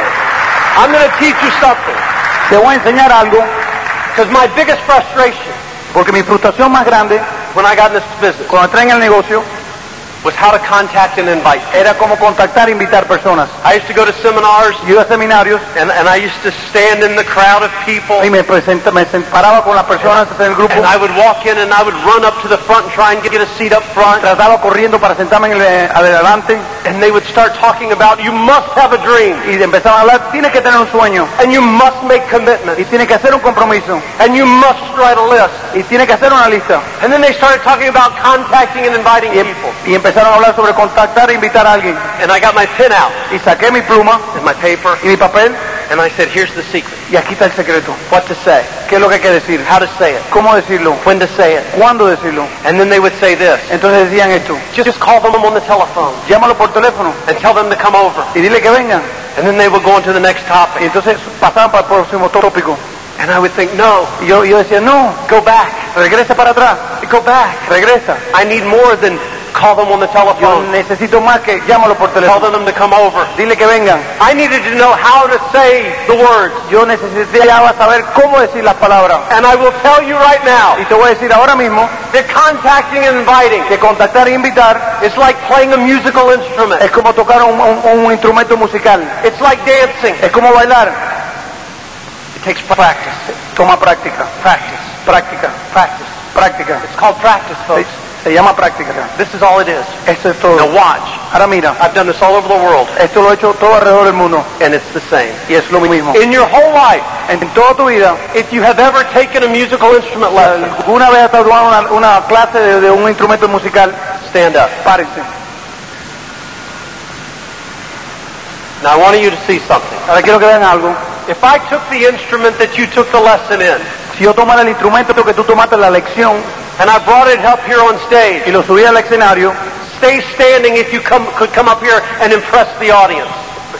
[SPEAKER 3] I'm going to teach you something.
[SPEAKER 2] Te voy a enseñar algo,
[SPEAKER 3] Because my biggest frustration
[SPEAKER 2] porque mi frustración más grande
[SPEAKER 3] when I got in this business
[SPEAKER 2] cuando entré en el negocio
[SPEAKER 3] was how to contact and invite.
[SPEAKER 2] era como contactar e invitar personas.
[SPEAKER 3] I used to go to seminars
[SPEAKER 2] Yo iba a seminarios
[SPEAKER 3] and, and I used to stand in the crowd of people
[SPEAKER 2] y me, presenta, me separaba con las personas en el grupo.
[SPEAKER 3] and I would walk in and I would run up to the front and try and get a seat up front.
[SPEAKER 2] Trataba corriendo para sentarme en el, eh, adelante
[SPEAKER 3] And they would start talking about you must have a dream
[SPEAKER 2] Y empezaban a hablar, tienes que tener un sueño.
[SPEAKER 3] and you must make commitments
[SPEAKER 2] Y tienes que hacer un compromiso.
[SPEAKER 3] and you must write a list.
[SPEAKER 2] Y tienes que hacer una lista.
[SPEAKER 3] And then they started talking about contacting and inviting people.
[SPEAKER 2] Y empezaron a hablar sobre contactar e invitar a alguien.
[SPEAKER 3] And I got my pen out
[SPEAKER 2] Y saqué mi pluma
[SPEAKER 3] and my paper
[SPEAKER 2] y mi papel
[SPEAKER 3] and I said, here's the secret.
[SPEAKER 2] y aquí está el secreto.
[SPEAKER 3] What to say,
[SPEAKER 2] ¿Qué es lo que hay que decir?
[SPEAKER 3] how to say it,
[SPEAKER 2] ¿Cómo decirlo?
[SPEAKER 3] when to say it.
[SPEAKER 2] ¿Cuándo decirlo?
[SPEAKER 3] And then they would say this.
[SPEAKER 2] Entonces decían esto.
[SPEAKER 3] Just call them on the telephone
[SPEAKER 2] Llámalo por teléfono
[SPEAKER 3] and tell them to come over.
[SPEAKER 2] y dile que vengan.
[SPEAKER 3] And then they would go on to the next
[SPEAKER 2] Y
[SPEAKER 3] topic.
[SPEAKER 2] entonces pasaban para el próximo tópico.
[SPEAKER 3] And I would think, no,
[SPEAKER 2] Y yo, yo decía, no,
[SPEAKER 3] go back,
[SPEAKER 2] regresa para atrás,
[SPEAKER 3] go back.
[SPEAKER 2] regresa.
[SPEAKER 3] I need more than call them on the
[SPEAKER 2] Yo
[SPEAKER 3] telephone,
[SPEAKER 2] necesito más que llámalo por
[SPEAKER 3] tell
[SPEAKER 2] teléfono.
[SPEAKER 3] them to come over.
[SPEAKER 2] Dile que vengan.
[SPEAKER 3] I needed to know how to say the words.
[SPEAKER 2] Yo necesitaba saber cómo decir las palabras.
[SPEAKER 3] And I will tell you right now
[SPEAKER 2] Y te voy a decir ahora mismo
[SPEAKER 3] that contacting and inviting
[SPEAKER 2] que contactar e invitar
[SPEAKER 3] is like playing a musical
[SPEAKER 2] es
[SPEAKER 3] instrument.
[SPEAKER 2] como tocar un, un- un instrumento musical.
[SPEAKER 3] It's like dancing.
[SPEAKER 2] Es como bailar.
[SPEAKER 3] It takes practice.
[SPEAKER 2] Toma práctica.
[SPEAKER 3] Practice.
[SPEAKER 2] Práctica.
[SPEAKER 3] Practice.
[SPEAKER 2] Práctica.
[SPEAKER 3] It's called practice,
[SPEAKER 2] Se,
[SPEAKER 3] folks.
[SPEAKER 2] se llama práctica.
[SPEAKER 3] This is all it is.
[SPEAKER 2] Esto es
[SPEAKER 3] Now
[SPEAKER 2] todo.
[SPEAKER 3] watch.
[SPEAKER 2] Ahora mira,
[SPEAKER 3] I've done this all over the world,
[SPEAKER 2] esto lo he hecho todo alrededor del mundo.
[SPEAKER 3] and it's the same.
[SPEAKER 2] Y es lo mismo.
[SPEAKER 3] In your whole life,
[SPEAKER 2] En toda tu vida, Eh,
[SPEAKER 3] if you have ever taken a musical instrument lesson,
[SPEAKER 2] una vez has tomado una, una clase de, de un instrumento musical,
[SPEAKER 3] stand up.
[SPEAKER 2] párense.
[SPEAKER 3] Now I want you to see something.
[SPEAKER 2] Ahora quiero que vean algo.
[SPEAKER 3] If I took the instrument that you took the lesson in,
[SPEAKER 2] Si yo tomara el instrumento que tú tomaste en la lección
[SPEAKER 3] and I brought it up here on
[SPEAKER 2] y
[SPEAKER 3] stage,
[SPEAKER 2] lo subí al escenario,
[SPEAKER 3] stay standing if you come, could come up here and impress the audience.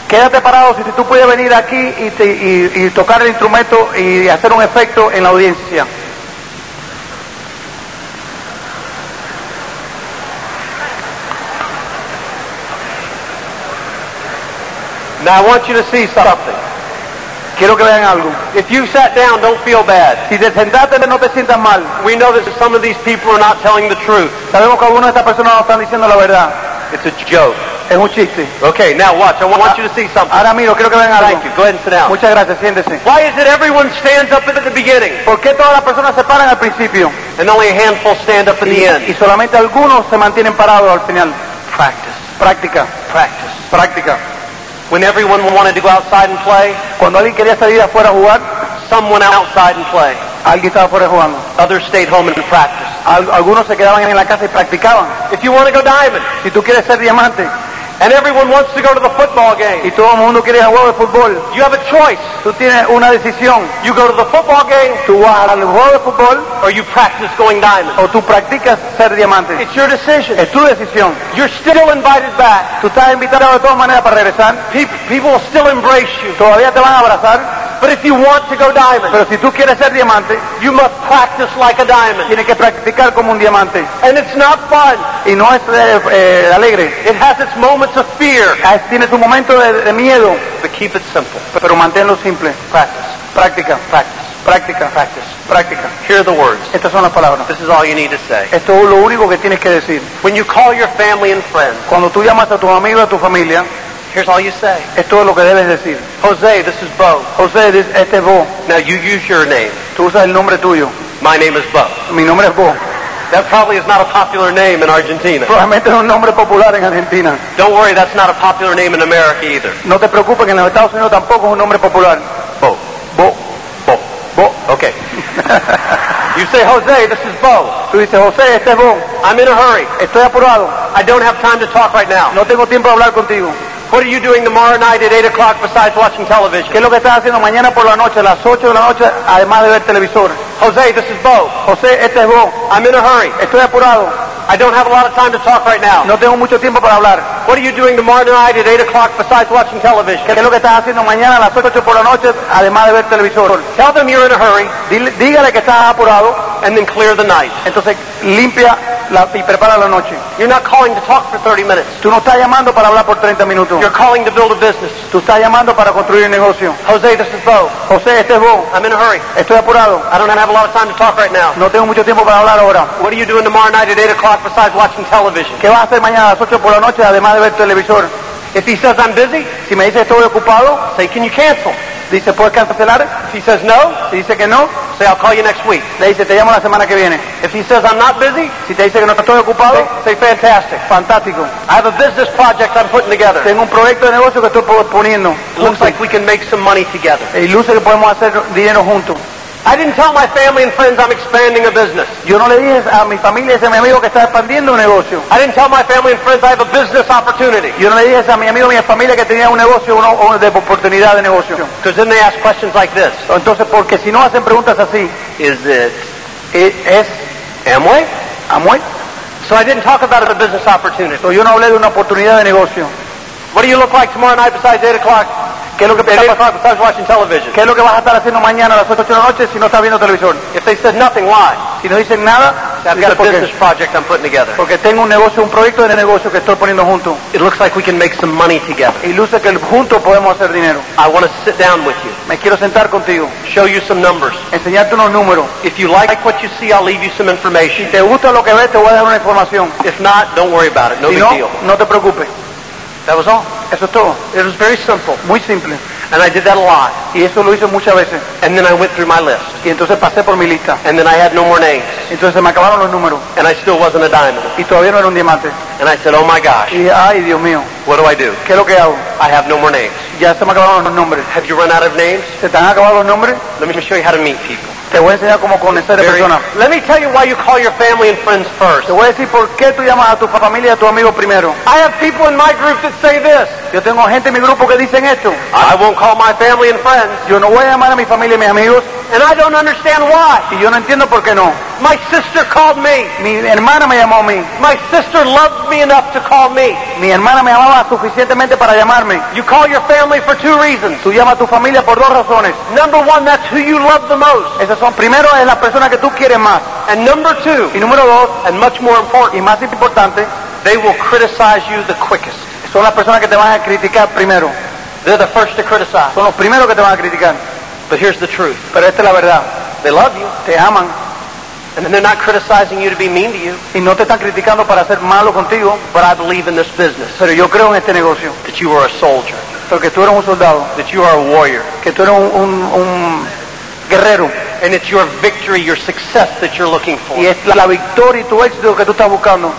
[SPEAKER 2] quédate parado si tú puedes venir aquí y, te- y- y tocar el instrumento y hacer un efecto en la audiencia.
[SPEAKER 3] Now I want you to see something.
[SPEAKER 2] Quiero que vean algo.
[SPEAKER 3] If you sat down, don't feel bad.
[SPEAKER 2] Si te sentaste, no te sientas mal.
[SPEAKER 3] We know that some of these people are not telling the truth.
[SPEAKER 2] Sabemos que algunas de estas personas no están diciendo la verdad.
[SPEAKER 3] It's a joke.
[SPEAKER 2] Es un chiste.
[SPEAKER 3] Okay, now watch. I want you to see something.
[SPEAKER 2] Ahora miro, quiero que vean algo.
[SPEAKER 3] Thank you. Go ahead and sit down.
[SPEAKER 2] Muchas gracias, siéntese.
[SPEAKER 3] Why is it everyone stands up at the beginning
[SPEAKER 2] ¿Por qué todas las personas se paran al principio
[SPEAKER 3] and only a handful stand up at the
[SPEAKER 2] y, y
[SPEAKER 3] end?
[SPEAKER 2] solamente algunos se mantienen parados al final?
[SPEAKER 3] Practice.
[SPEAKER 2] Práctica,
[SPEAKER 3] Practice.
[SPEAKER 2] práctica.
[SPEAKER 3] When everyone wanted to go outside and play,
[SPEAKER 2] Cuando alguien quería salir afuera a jugar,
[SPEAKER 3] some went outside and play.
[SPEAKER 2] alguien estaba afuera jugando.
[SPEAKER 3] Others stayed home and practiced.
[SPEAKER 2] Al- algunos se quedaban en la casa y practicaban.
[SPEAKER 3] If you want to go diamond,
[SPEAKER 2] Si tú quieres ser diamante
[SPEAKER 3] and everyone wants to go to the football game,
[SPEAKER 2] y todo el mundo quiere jugar de fútbol,
[SPEAKER 3] you have a choice.
[SPEAKER 2] tú tienes una decisión.
[SPEAKER 3] You go to the football game
[SPEAKER 2] Tú vas al juego de fútbol
[SPEAKER 3] or you practice going diamond.
[SPEAKER 2] o tú practicas ser diamante.
[SPEAKER 3] It's your decision.
[SPEAKER 2] Es tu decisión.
[SPEAKER 3] You're still invited back.
[SPEAKER 2] Tú estás invitado de todas maneras para regresar.
[SPEAKER 3] People, people will still embrace you.
[SPEAKER 2] Todavía te van a abrazar.
[SPEAKER 3] But if you want to go diamond,
[SPEAKER 2] Pero si tú quieres ser diamante,
[SPEAKER 3] you must practice like a diamond.
[SPEAKER 2] tienes que practicar como un diamante.
[SPEAKER 3] And it's not fun.
[SPEAKER 2] y no es eh, eh, alegre.
[SPEAKER 3] It has its moments of fear.
[SPEAKER 2] Ah, Tienes un momento de, de miedo,
[SPEAKER 3] But keep it simple.
[SPEAKER 2] pero manténlo simple.
[SPEAKER 3] Practice.
[SPEAKER 2] Práctica,
[SPEAKER 3] Practice.
[SPEAKER 2] práctica, práctica.
[SPEAKER 3] Hear the words.
[SPEAKER 2] Estas son las palabras.
[SPEAKER 3] This is all you need to say.
[SPEAKER 2] Esto es lo único que tienes que decir.
[SPEAKER 3] When you call your family and friends,
[SPEAKER 2] Cuando tú llamas a tus amigos, a tu familia,
[SPEAKER 3] here's all you say.
[SPEAKER 2] esto es lo que debes decir.
[SPEAKER 3] Jose, this is Bo.
[SPEAKER 2] José, dis- este es Bo.
[SPEAKER 3] Now you use your name.
[SPEAKER 2] Tú usas el nombre tuyo.
[SPEAKER 3] My name is Bo.
[SPEAKER 2] Mi nombre es Bo.
[SPEAKER 3] That probably is not a popular name in Argentina.
[SPEAKER 2] Probablemente es un nombre popular en Argentina.
[SPEAKER 3] Don't worry, that's not a popular name in America either.
[SPEAKER 2] No te preocupes que en los Estados Unidos tampoco es un nombre popular.
[SPEAKER 3] Bo.
[SPEAKER 2] Bo.
[SPEAKER 3] Bo.
[SPEAKER 2] Bo.
[SPEAKER 3] Okay. you say, Jose, this is Bo.
[SPEAKER 2] Tú dices, José, este es Bo.
[SPEAKER 3] I'm in a hurry.
[SPEAKER 2] Estoy apurado.
[SPEAKER 3] I don't have time to talk right now.
[SPEAKER 2] No tengo tiempo de hablar contigo.
[SPEAKER 3] What are you doing tomorrow night at 8 o'clock besides watching television?
[SPEAKER 2] ¿Qué es lo que estás haciendo mañana por la noche, a las 8 de la noche, además de ver televisor?
[SPEAKER 3] Jose, this is Bo.
[SPEAKER 2] José, este es vos.
[SPEAKER 3] I'm in a hurry.
[SPEAKER 2] Estoy apurado.
[SPEAKER 3] I don't have a lot of time to talk right now.
[SPEAKER 2] No tengo mucho tiempo para hablar.
[SPEAKER 3] What are you doing tomorrow night at 8 o'clock besides watching television?
[SPEAKER 2] ¿Qué es lo que estás haciendo mañana a las 8 por la noche, además de ver televisor?
[SPEAKER 3] Tell them you're in a hurry
[SPEAKER 2] Dile- dígale que estás apurado,
[SPEAKER 3] and then clear the night.
[SPEAKER 2] entonces limpia la- y prepara la noche.
[SPEAKER 3] You're not calling to talk for 30 minutes.
[SPEAKER 2] Tú no estás llamando para hablar por 30 minutos.
[SPEAKER 3] You're calling to build a business.
[SPEAKER 2] Tú estás llamando para construir un negocio.
[SPEAKER 3] Jose, this is Bo.
[SPEAKER 2] José, este es vos.
[SPEAKER 3] I'm in a hurry.
[SPEAKER 2] Estoy apurado.
[SPEAKER 3] I don't have a lot of time to talk right now.
[SPEAKER 2] No tengo mucho tiempo para hablar ahora.
[SPEAKER 3] What are you doing tomorrow night at 8 o'clock besides watching television?
[SPEAKER 2] ¿Qué vas a hacer mañana a las 8 por la noche, además de ver televisor?
[SPEAKER 3] If he says I'm busy,
[SPEAKER 2] Si me dices estoy ocupado,
[SPEAKER 3] say, can you cancel?
[SPEAKER 2] dice, ¿puedes cancelar?
[SPEAKER 3] If he says no,
[SPEAKER 2] Si dice que no,
[SPEAKER 3] Say, I'll call you next week.
[SPEAKER 2] Le dice, te llamo la semana que viene.
[SPEAKER 3] If he says I'm not busy,
[SPEAKER 2] Si te dice que no estoy ocupado,
[SPEAKER 3] say fantastic.
[SPEAKER 2] fantástico.
[SPEAKER 3] I have a business project I'm putting together.
[SPEAKER 2] Tengo un proyecto de negocio que estoy poniendo.
[SPEAKER 3] It looks like we can make some money together.
[SPEAKER 2] Y luce que podemos hacer dinero juntos.
[SPEAKER 3] I didn't tell my family and friends I'm expanding a business.
[SPEAKER 2] Yo no le dije a mi familia, ese es mi amigo que está expandiendo un negocio.
[SPEAKER 3] I didn't tell my family and friends I have a business opportunity.
[SPEAKER 2] Yo no le dije a mi amigo, mi familia que tenía un negocio, uno, o de oportunidad de negocio.
[SPEAKER 3] Because then they ask questions like this.
[SPEAKER 2] Entonces, porque si no hacen preguntas así,
[SPEAKER 3] Is it
[SPEAKER 2] eh, es
[SPEAKER 3] Amway?
[SPEAKER 2] Amway.
[SPEAKER 3] So I didn't talk about a business opportunity.
[SPEAKER 2] So, yo no hablé de una oportunidad de negocio.
[SPEAKER 3] What do you look like tomorrow night besides 8 o'clock?
[SPEAKER 2] ¿Qué es lo que
[SPEAKER 3] At 8
[SPEAKER 2] está pas-
[SPEAKER 3] o'clock besides watching television.
[SPEAKER 2] ¿Qué es lo que vas a estar haciendo mañana a las 8 de la noche si no estás viendo televisor?
[SPEAKER 3] If they said nothing, why?
[SPEAKER 2] Si no dicen nada,
[SPEAKER 3] I've
[SPEAKER 2] dices,
[SPEAKER 3] got a
[SPEAKER 2] "¿Por qué?".
[SPEAKER 3] business project I'm putting together.
[SPEAKER 2] porque tengo un negocio, un proyecto de negocio que estoy poniendo juntos.
[SPEAKER 3] It looks like we can make some money together.
[SPEAKER 2] Y luce que juntos podemos hacer dinero.
[SPEAKER 3] I want to sit down with you,
[SPEAKER 2] Me quiero sentar contigo,
[SPEAKER 3] show you some numbers.
[SPEAKER 2] enseñarte unos números.
[SPEAKER 3] If you like what you see, I'll leave you some information.
[SPEAKER 2] ¿Te gusta lo que ves? Te voy a dar una información.
[SPEAKER 3] If not, don't worry about it. No
[SPEAKER 2] Si
[SPEAKER 3] big
[SPEAKER 2] no,
[SPEAKER 3] deal.
[SPEAKER 2] no te preocupes.
[SPEAKER 3] That was all.
[SPEAKER 2] Eso es todo.
[SPEAKER 3] It was very simple.
[SPEAKER 2] Muy simple.
[SPEAKER 3] And I did that a lot.
[SPEAKER 2] Y eso lo hice muchas veces.
[SPEAKER 3] And then I went through my list.
[SPEAKER 2] Y entonces pasé por mi lista.
[SPEAKER 3] And then I had no more names.
[SPEAKER 2] Entonces se me acabaron los números.
[SPEAKER 3] And I still wasn't a diamond.
[SPEAKER 2] Y todavía no era un diamante.
[SPEAKER 3] And I said, oh my gosh,
[SPEAKER 2] Y dije, ay, Dios mío,
[SPEAKER 3] what do I do?
[SPEAKER 2] ¿qué es lo que hago?
[SPEAKER 3] I have no more names.
[SPEAKER 2] Ya se me acabaron los nombres.
[SPEAKER 3] Have you run out of names?
[SPEAKER 2] ¿Se te han acabado los nombres?
[SPEAKER 3] Let me show you how to meet people.
[SPEAKER 2] Te voy a enseñar cómo conocer a
[SPEAKER 3] Very-
[SPEAKER 2] personas.
[SPEAKER 3] Let me tell you why you call your family and friends first.
[SPEAKER 2] Te voy a decir por qué tú llamas a tu familia y a tu amigo primero.
[SPEAKER 3] I have people in my group that say this.
[SPEAKER 2] Yo tengo gente en mi grupo que dicen esto.
[SPEAKER 3] I won't call my family and friends.
[SPEAKER 2] Yo no voy a llamar a mi familia y mis amigos
[SPEAKER 3] And I don't understand why.
[SPEAKER 2] y yo no entiendo por qué no.
[SPEAKER 3] My sister called me.
[SPEAKER 2] Mi hermana me llamó a mí.
[SPEAKER 3] My sister loved me enough to call me.
[SPEAKER 2] Mi hermana me amaba suficientemente para llamarme.
[SPEAKER 3] You call your family for two reasons.
[SPEAKER 2] Tú llamas a tu familia por dos razones.
[SPEAKER 3] Number one, that's who you love the most.
[SPEAKER 2] Esas son, primero es la persona que tú quieres más.
[SPEAKER 3] And number two,
[SPEAKER 2] Y número dos,
[SPEAKER 3] and much more
[SPEAKER 2] y
[SPEAKER 3] important,
[SPEAKER 2] más importante,
[SPEAKER 3] they will criticize you the quickest.
[SPEAKER 2] son las personas que te van a criticar primero.
[SPEAKER 3] They're the first to criticize.
[SPEAKER 2] Son los primeros que te van a criticar.
[SPEAKER 3] But here's the truth.
[SPEAKER 2] Pero esta es la verdad.
[SPEAKER 3] They love you,
[SPEAKER 2] Te aman
[SPEAKER 3] and they're not criticizing you to be mean to you.
[SPEAKER 2] y no te están criticando para ser malo contigo.
[SPEAKER 3] But I believe in this business
[SPEAKER 2] Pero yo creo en este negocio.
[SPEAKER 3] that you are a soldier,
[SPEAKER 2] Porque tú eres un soldado.
[SPEAKER 3] that you are a warrior,
[SPEAKER 2] Que tú eres un, un- un guerrero.
[SPEAKER 3] and it's your victory, your success that you're looking for
[SPEAKER 2] Y es la victoria y tu éxito que tú estás buscando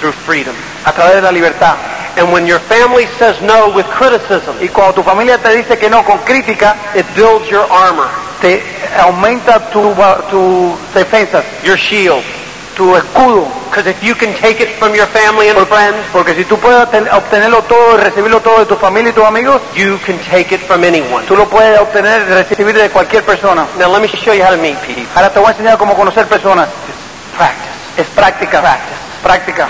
[SPEAKER 3] through freedom.
[SPEAKER 2] a través de la libertad.
[SPEAKER 3] And when your family says no with criticism,
[SPEAKER 2] Y cuando tu familia te dice que no con crítica,
[SPEAKER 3] it builds your armor,
[SPEAKER 2] te aumenta tu, va- tu defensas,
[SPEAKER 3] your shield.
[SPEAKER 2] tu escudo.
[SPEAKER 3] Because if you can take it from your family and friends,
[SPEAKER 2] Porque si tú puedes obten- obtenerlo todo y recibirlo todo de tu familia y tus amigos,
[SPEAKER 3] you can take it from anyone.
[SPEAKER 2] tú lo puedes obtener y recibir de cualquier persona.
[SPEAKER 3] Now let me show you how to meet people.
[SPEAKER 2] Ahora te voy a enseñar cómo conocer personas.
[SPEAKER 3] Practice
[SPEAKER 2] Es práctica. Práctica.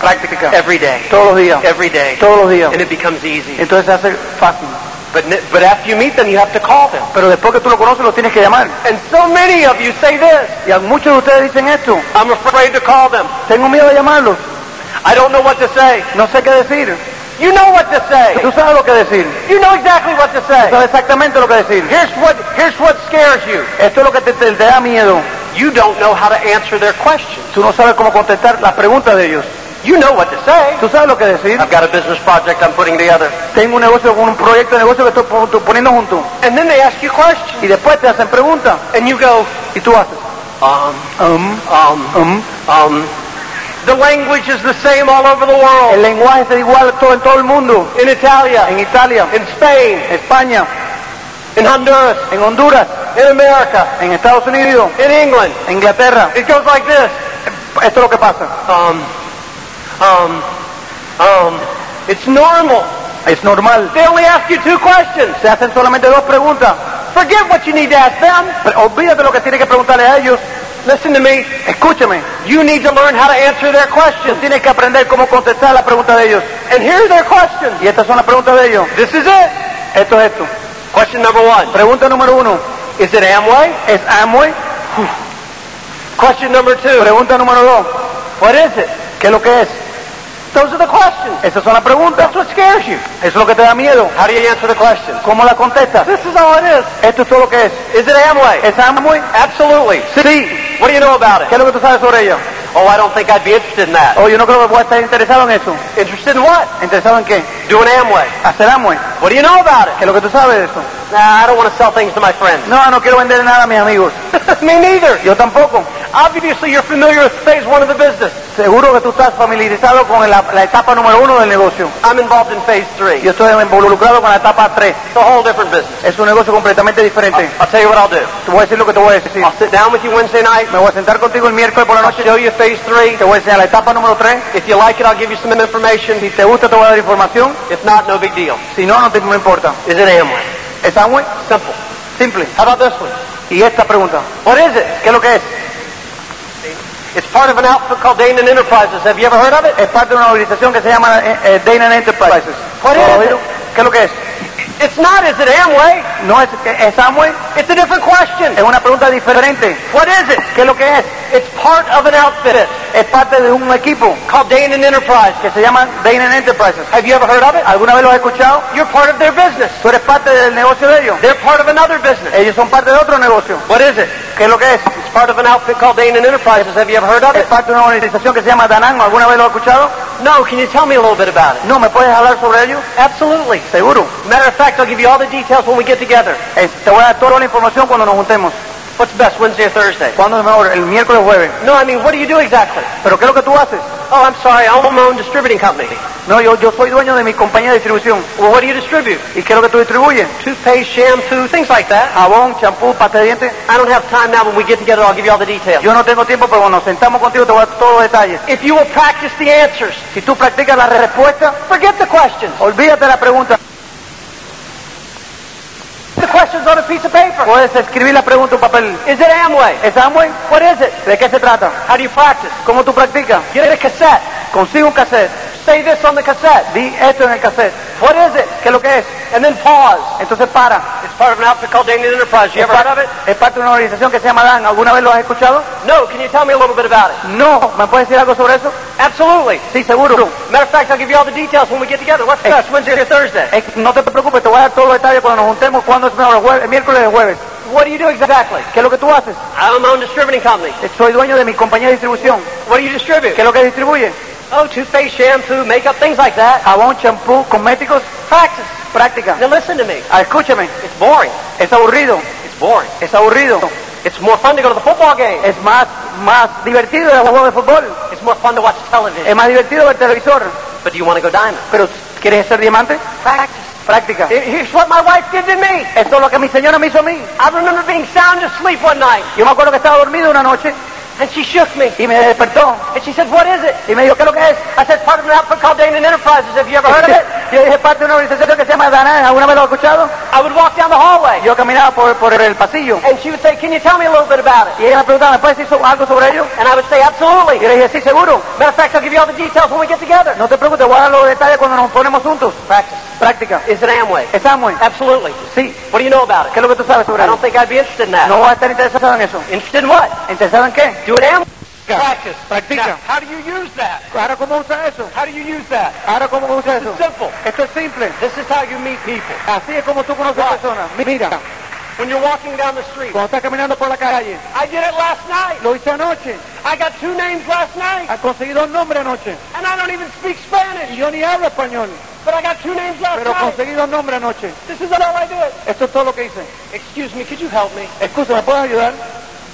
[SPEAKER 2] Práctica.
[SPEAKER 3] every day,
[SPEAKER 2] Todos los días.
[SPEAKER 3] every day,
[SPEAKER 2] Todos los días.
[SPEAKER 3] and it becomes easy.
[SPEAKER 2] Entonces se hace fácil.
[SPEAKER 3] But n- but after you meet them, you have to call them.
[SPEAKER 2] Pero después que tú lo conoces, lo tienes que llamar.
[SPEAKER 3] And so many of you say this.
[SPEAKER 2] Y a muchos de ustedes dicen esto.
[SPEAKER 3] I'm afraid to call them.
[SPEAKER 2] Tengo miedo de llamarlos.
[SPEAKER 3] I don't know what to say.
[SPEAKER 2] No sé qué decir.
[SPEAKER 3] You know what to
[SPEAKER 2] Tú
[SPEAKER 3] say.
[SPEAKER 2] sabes lo que decir.
[SPEAKER 3] You know exactly what to say.
[SPEAKER 2] Sabes exactamente lo que decir.
[SPEAKER 3] Here's what here's what scares you.
[SPEAKER 2] Esto es lo que te, te- te da miedo.
[SPEAKER 3] You don't know how to answer their questions.
[SPEAKER 2] Tú no sabes cómo contestar las preguntas de ellos.
[SPEAKER 3] You know what to say.
[SPEAKER 2] Tú sabes lo que decir.
[SPEAKER 3] I've got a business project I'm putting together.
[SPEAKER 2] Tengo un negocio, un proyecto de negocio que estoy pon- tu- poniendo junto.
[SPEAKER 3] And then they ask you questions.
[SPEAKER 2] Y después te hacen preguntas.
[SPEAKER 3] And you go,
[SPEAKER 2] Y tú haces.
[SPEAKER 3] um,
[SPEAKER 2] Um,
[SPEAKER 3] um,
[SPEAKER 2] um.
[SPEAKER 3] um. The language is the same all over the
[SPEAKER 2] El
[SPEAKER 3] world.
[SPEAKER 2] lenguaje es igual todo, en todo el mundo.
[SPEAKER 3] In Italia,
[SPEAKER 2] En Italia,
[SPEAKER 3] in Spain,
[SPEAKER 2] España,
[SPEAKER 3] in Honduras,
[SPEAKER 2] en Honduras,
[SPEAKER 3] in America,
[SPEAKER 2] en Estados Unidos,
[SPEAKER 3] in England.
[SPEAKER 2] en Inglaterra.
[SPEAKER 3] It goes like this.
[SPEAKER 2] Esto es lo que pasa.
[SPEAKER 3] Um, um, um. It's normal.
[SPEAKER 2] Es normal.
[SPEAKER 3] They only ask you two questions.
[SPEAKER 2] Se hacen solamente dos preguntas.
[SPEAKER 3] Forget what you need to ask them.
[SPEAKER 2] Pero olvídate lo que tienes que preguntarle a ellos.
[SPEAKER 3] Listen to me.
[SPEAKER 2] Escúchame.
[SPEAKER 3] You need to learn how to answer their questions.
[SPEAKER 2] Tienes que aprender cómo contestar las preguntas de ellos.
[SPEAKER 3] And here are their questions.
[SPEAKER 2] Y estas son las preguntas de ellos.
[SPEAKER 3] This is it.
[SPEAKER 2] Esto es esto.
[SPEAKER 3] Question number one.
[SPEAKER 2] Pregunta número uno.
[SPEAKER 3] Is it Amway?
[SPEAKER 2] ¿Es Amway?
[SPEAKER 3] Question number two.
[SPEAKER 2] Pregunta número dos.
[SPEAKER 3] What is it?
[SPEAKER 2] ¿Qué es lo que es?
[SPEAKER 3] Those are the questions.
[SPEAKER 2] Esas son las preguntas.
[SPEAKER 3] That's what scares you.
[SPEAKER 2] Eso es lo que te da miedo.
[SPEAKER 3] How do you answer the question?
[SPEAKER 2] ¿Cómo la contestas?
[SPEAKER 3] This is all it is.
[SPEAKER 2] Esto es todo lo que es.
[SPEAKER 3] Is it Amway?
[SPEAKER 2] ¿Es Amway?
[SPEAKER 3] Absolutely.
[SPEAKER 2] Sí.
[SPEAKER 3] What do you know about
[SPEAKER 2] ¿Qué es
[SPEAKER 3] it?
[SPEAKER 2] lo que tú sabes sobre ella? Oh, I don't think I'd be interested in that.
[SPEAKER 4] Oh, yo no creo que pueda estar interesado en eso.
[SPEAKER 2] Interested in what?
[SPEAKER 4] ¿Interesado en qué?
[SPEAKER 2] Doing Amway.
[SPEAKER 4] Hacer Amway.
[SPEAKER 2] What do you know about it?
[SPEAKER 4] ¿Qué es lo que tú sabes de eso?
[SPEAKER 2] Nah, I don't want to sell things to my friends.
[SPEAKER 4] No, no quiero vender nada a mis amigos.
[SPEAKER 2] Me neither.
[SPEAKER 4] Yo tampoco.
[SPEAKER 2] Obviously, you're familiar with phase one of the business.
[SPEAKER 4] Seguro que tú estás familiarizado con la, la etapa número uno del negocio.
[SPEAKER 2] I'm involved in phase three.
[SPEAKER 4] Yo estoy involucrado con la etapa 3.
[SPEAKER 2] It's a whole different business.
[SPEAKER 4] Es un negocio completamente diferente.
[SPEAKER 2] I'll tell you what I'll do.
[SPEAKER 4] Te voy a decir lo que te voy a decir.
[SPEAKER 2] I'll sit down with you Wednesday night.
[SPEAKER 4] Me voy a sentar contigo el miércoles por la
[SPEAKER 2] I'll
[SPEAKER 4] noche.
[SPEAKER 2] show you phase three.
[SPEAKER 4] Te voy a enseñar la etapa número 3.
[SPEAKER 2] If you like it, I'll give you some information.
[SPEAKER 4] Si te gusta te voy a dar información.
[SPEAKER 2] If not, no big deal.
[SPEAKER 4] Si no, no, te, no importa.
[SPEAKER 2] Is it Amway?
[SPEAKER 4] ¿Es Amway?
[SPEAKER 2] Simple.
[SPEAKER 4] Simple.
[SPEAKER 2] How about this one?
[SPEAKER 4] Y esta pregunta.
[SPEAKER 2] What is it?
[SPEAKER 4] ¿Qué es lo que es?
[SPEAKER 2] It's part of an outfit called Danon Enterprises. Have you ever heard of it?
[SPEAKER 4] Es parte de una organización que se llama eh, eh, Dana Enterprises.
[SPEAKER 2] What is
[SPEAKER 4] ¿Lo
[SPEAKER 2] it?
[SPEAKER 4] oído? ¿Qué es lo que es?
[SPEAKER 2] It's not. Is it Amway?
[SPEAKER 4] No es, es Amway.
[SPEAKER 2] It's a different question.
[SPEAKER 4] Es una pregunta diferente.
[SPEAKER 2] What is it?
[SPEAKER 4] ¿Qué es lo que es?
[SPEAKER 2] It's part of an outfit
[SPEAKER 4] Es parte de un equipo
[SPEAKER 2] called Danon Enterprise.
[SPEAKER 4] que se llama Dana Enterprises.
[SPEAKER 2] Have you ever heard of it?
[SPEAKER 4] ¿Alguna vez lo has escuchado?
[SPEAKER 2] You're part of their business.
[SPEAKER 4] Tú eres parte del negocio de ellos.
[SPEAKER 2] They're part of another business.
[SPEAKER 4] Ellos son parte de otro negocio.
[SPEAKER 2] What is it?
[SPEAKER 4] ¿Qué es lo que es?
[SPEAKER 2] It's part of an outfit called Danon Enterprises. Have you ever heard of
[SPEAKER 4] Es
[SPEAKER 2] it?
[SPEAKER 4] parte de una organización que se llama Danango. ¿Alguna vez lo has escuchado?
[SPEAKER 2] No. Can you tell me a little bit about it?
[SPEAKER 4] No, ¿me puedes hablar sobre ellos?
[SPEAKER 2] Absolutely.
[SPEAKER 4] Seguro.
[SPEAKER 2] Matter of fact, I'll give you all the details when we get together.
[SPEAKER 4] Eh, te voy a dar toda la información cuando nos juntemos.
[SPEAKER 2] What's best, Wednesday or Thursday?
[SPEAKER 4] ¿Cuándo es mejor? El miércoles o jueves.
[SPEAKER 2] No, I mean, what do you do exactly?
[SPEAKER 4] ¿Pero qué es lo que tú haces?
[SPEAKER 2] Oh, I'm sorry. I own my own distributing company.
[SPEAKER 4] No, yo, yo soy dueño de mi compañía de distribución.
[SPEAKER 2] Well, what do you distribute?
[SPEAKER 4] ¿Y qué es lo que tú distribuyes?
[SPEAKER 2] Toothpaste, shampoo, things like that.
[SPEAKER 4] Jabón, champú, pasta de dientes.
[SPEAKER 2] I don't have time now. When we get together, I'll give you all the details.
[SPEAKER 4] Yo no tengo tiempo, pero cuando nos sentamos contigo te voy a dar todos los detalles.
[SPEAKER 2] If you will practice the answers,
[SPEAKER 4] Si tú practicas la respuesta,
[SPEAKER 2] forget the questions.
[SPEAKER 4] olvídate de la pregunta.
[SPEAKER 2] The questions on a piece of paper.
[SPEAKER 4] Puedes escribir la pregunta en un papel.
[SPEAKER 2] Is it Amway?
[SPEAKER 4] ¿Es Amway?
[SPEAKER 2] What is it?
[SPEAKER 4] ¿De qué se trata?
[SPEAKER 2] How do you practice?
[SPEAKER 4] ¿Cómo tú practicas?
[SPEAKER 2] Get a cassette.
[SPEAKER 4] Consigue un cassette.
[SPEAKER 2] Say this on the cassette.
[SPEAKER 4] Di esto en el cassette.
[SPEAKER 2] What is it?
[SPEAKER 4] ¿Qué es lo que es?
[SPEAKER 2] And then pause.
[SPEAKER 4] Entonces para.
[SPEAKER 2] It's part of an outfit called Daniel Enterprise. You
[SPEAKER 4] Es
[SPEAKER 2] ever heard of
[SPEAKER 4] parte,
[SPEAKER 2] it?
[SPEAKER 4] es parte de una organización que se llama DAN. ¿Alguna vez lo has escuchado?
[SPEAKER 2] No. Can you tell me a little bit about it?
[SPEAKER 4] No. ¿Me puedes decir algo sobre eso?
[SPEAKER 2] Absolutely.
[SPEAKER 4] Sí, seguro.
[SPEAKER 2] Matter of fact, I'll give you all the details when we get together. What's best, Wednesday or Thursday?
[SPEAKER 4] Es- no te preocupes, te voy a dar todos los detalles cuando nos juntemos. ¿Cuándo es mejor? ¿El jueves? ¿El miércoles o el jueves?
[SPEAKER 2] What do you do exactly?
[SPEAKER 4] ¿Qué es lo que tú haces? Eh,
[SPEAKER 2] I own my own distributing company.
[SPEAKER 4] Soy dueño de mi compañía de distribución.
[SPEAKER 2] What do you distribute?
[SPEAKER 4] ¿Qué es lo que distribuye?
[SPEAKER 2] Oh, toothpaste, shampoo, makeup, things like that.
[SPEAKER 4] Jabón, champú, cosméticos.
[SPEAKER 2] Practice.
[SPEAKER 4] Práctica.
[SPEAKER 2] Now listen to me.
[SPEAKER 4] Ah, escúchame.
[SPEAKER 2] It's boring.
[SPEAKER 4] Es aburrido.
[SPEAKER 2] It's boring.
[SPEAKER 4] Es aburrido.
[SPEAKER 2] It's more fun to go to the football game.
[SPEAKER 4] Es más, más divertido el juego de fútbol.
[SPEAKER 2] It's more fun to watch television.
[SPEAKER 4] Es más divertido ver televisor.
[SPEAKER 2] But do you want to go diamond?
[SPEAKER 4] Pero, ¿quieres ser diamante?
[SPEAKER 2] Practice.
[SPEAKER 4] Práctica.
[SPEAKER 2] Here- Here's what my wife did to me.
[SPEAKER 4] Esto es lo que mi señora me hizo a mí.
[SPEAKER 2] I remember being sound asleep one night,
[SPEAKER 4] Yo me acuerdo que estaba dormido una noche
[SPEAKER 2] and she shook me,
[SPEAKER 4] y me despertó.
[SPEAKER 2] and she said, "What is it?"
[SPEAKER 4] Y me dijo, ¿qué es lo que es?
[SPEAKER 2] I said, "Part of an outfit called Dana Enterprises. Have you ever heard of it?"
[SPEAKER 4] Yo dije parte de una organización que se llama Danán. ¿Alguna vez lo has escuchado?
[SPEAKER 2] I would walk down the hallway,
[SPEAKER 4] Yo caminaba por, por el pasillo
[SPEAKER 2] and she would say, "Can you tell me a little bit about it?"
[SPEAKER 4] y ella me preguntaba, ¿me puedes decir so- algo sobre ello?
[SPEAKER 2] And I would say,
[SPEAKER 4] Y yo
[SPEAKER 2] "Absolutely."
[SPEAKER 4] le dije, sí, seguro.
[SPEAKER 2] Matter of fact, I'll give you all the details when we get together.
[SPEAKER 4] No te preocupes, te voy a dar los detalles cuando nos ponemos juntos.
[SPEAKER 2] Practice.
[SPEAKER 4] Práctica.
[SPEAKER 2] Is it Amway?
[SPEAKER 4] ¿Es Amway?
[SPEAKER 2] Absolutely.
[SPEAKER 4] Sí.
[SPEAKER 2] What do you know about it?
[SPEAKER 4] ¿Qué es lo que tú sabes sobre
[SPEAKER 2] I don't
[SPEAKER 4] ello?
[SPEAKER 2] think I'd be interested in that.
[SPEAKER 4] No vas a estar interesado en eso.
[SPEAKER 2] Interested in what?
[SPEAKER 4] ¿Interesado en qué?
[SPEAKER 2] Do it am.
[SPEAKER 4] Practice. Practica.
[SPEAKER 2] how do you use that?
[SPEAKER 4] Ahora, ¿cómo usa eso?
[SPEAKER 2] How do you use that?
[SPEAKER 4] Ahora, ¿cómo usa eso?
[SPEAKER 2] Simple.
[SPEAKER 4] Esto es simple.
[SPEAKER 2] This is how you meet people.
[SPEAKER 4] Así es como tú conoces
[SPEAKER 2] Why?
[SPEAKER 4] personas. Mi- Mira,
[SPEAKER 2] When you're walking down the street.
[SPEAKER 4] cuando estás caminando por la calle,
[SPEAKER 2] I did it last night.
[SPEAKER 4] lo hice anoche.
[SPEAKER 2] I got two names last night,
[SPEAKER 4] Has conseguido un nombre anoche.
[SPEAKER 2] and I don't even speak
[SPEAKER 4] Y
[SPEAKER 2] Spanish.
[SPEAKER 4] yo ni hablo español,
[SPEAKER 2] But I got two names last
[SPEAKER 4] pero
[SPEAKER 2] night.
[SPEAKER 4] conseguido un nombre anoche.
[SPEAKER 2] This is how I do it.
[SPEAKER 4] Esto es todo lo que hice.
[SPEAKER 2] Excuse me, could you help me?
[SPEAKER 4] Excusa, ¿me puedes ayudar?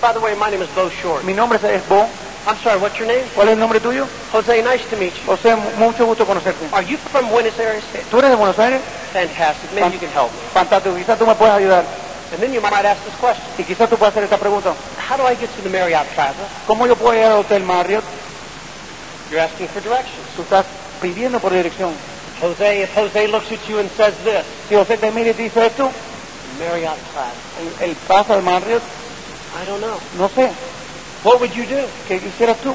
[SPEAKER 2] By the way, my name is Bo Short.
[SPEAKER 4] Mi nombre es Bo.
[SPEAKER 2] I'm sorry, what's your name?
[SPEAKER 4] ¿Cuál es el nombre tuyo? Oh.
[SPEAKER 2] Jose, nice to meet you.
[SPEAKER 4] O sea, mu- mucho gusto conocerte.
[SPEAKER 2] Are you from Buenos Aires?
[SPEAKER 4] ¿Tú eres de Buenos Aires?
[SPEAKER 2] Fantastic. Maybe you can help me.
[SPEAKER 4] Fantástico, quizás tú me puedes ayudar.
[SPEAKER 2] And then you might ask this question.
[SPEAKER 4] Y quizás tú puedas hacer esta pregunta.
[SPEAKER 2] How do I get to the Marriott Plaza?
[SPEAKER 4] ¿Cómo yo puedo llegar al Hotel Marriott?
[SPEAKER 2] You're asking for directions.
[SPEAKER 4] Tú estás pidiendo por dirección.
[SPEAKER 2] Jose, if Jose looks at you and says this,
[SPEAKER 4] Si José te mira y te dice esto,
[SPEAKER 2] Marriott Plaza.
[SPEAKER 4] el, el paso al Marriott,
[SPEAKER 2] I don't know.
[SPEAKER 4] no sé,
[SPEAKER 2] What would you do?
[SPEAKER 4] ¿qué hicieras tú?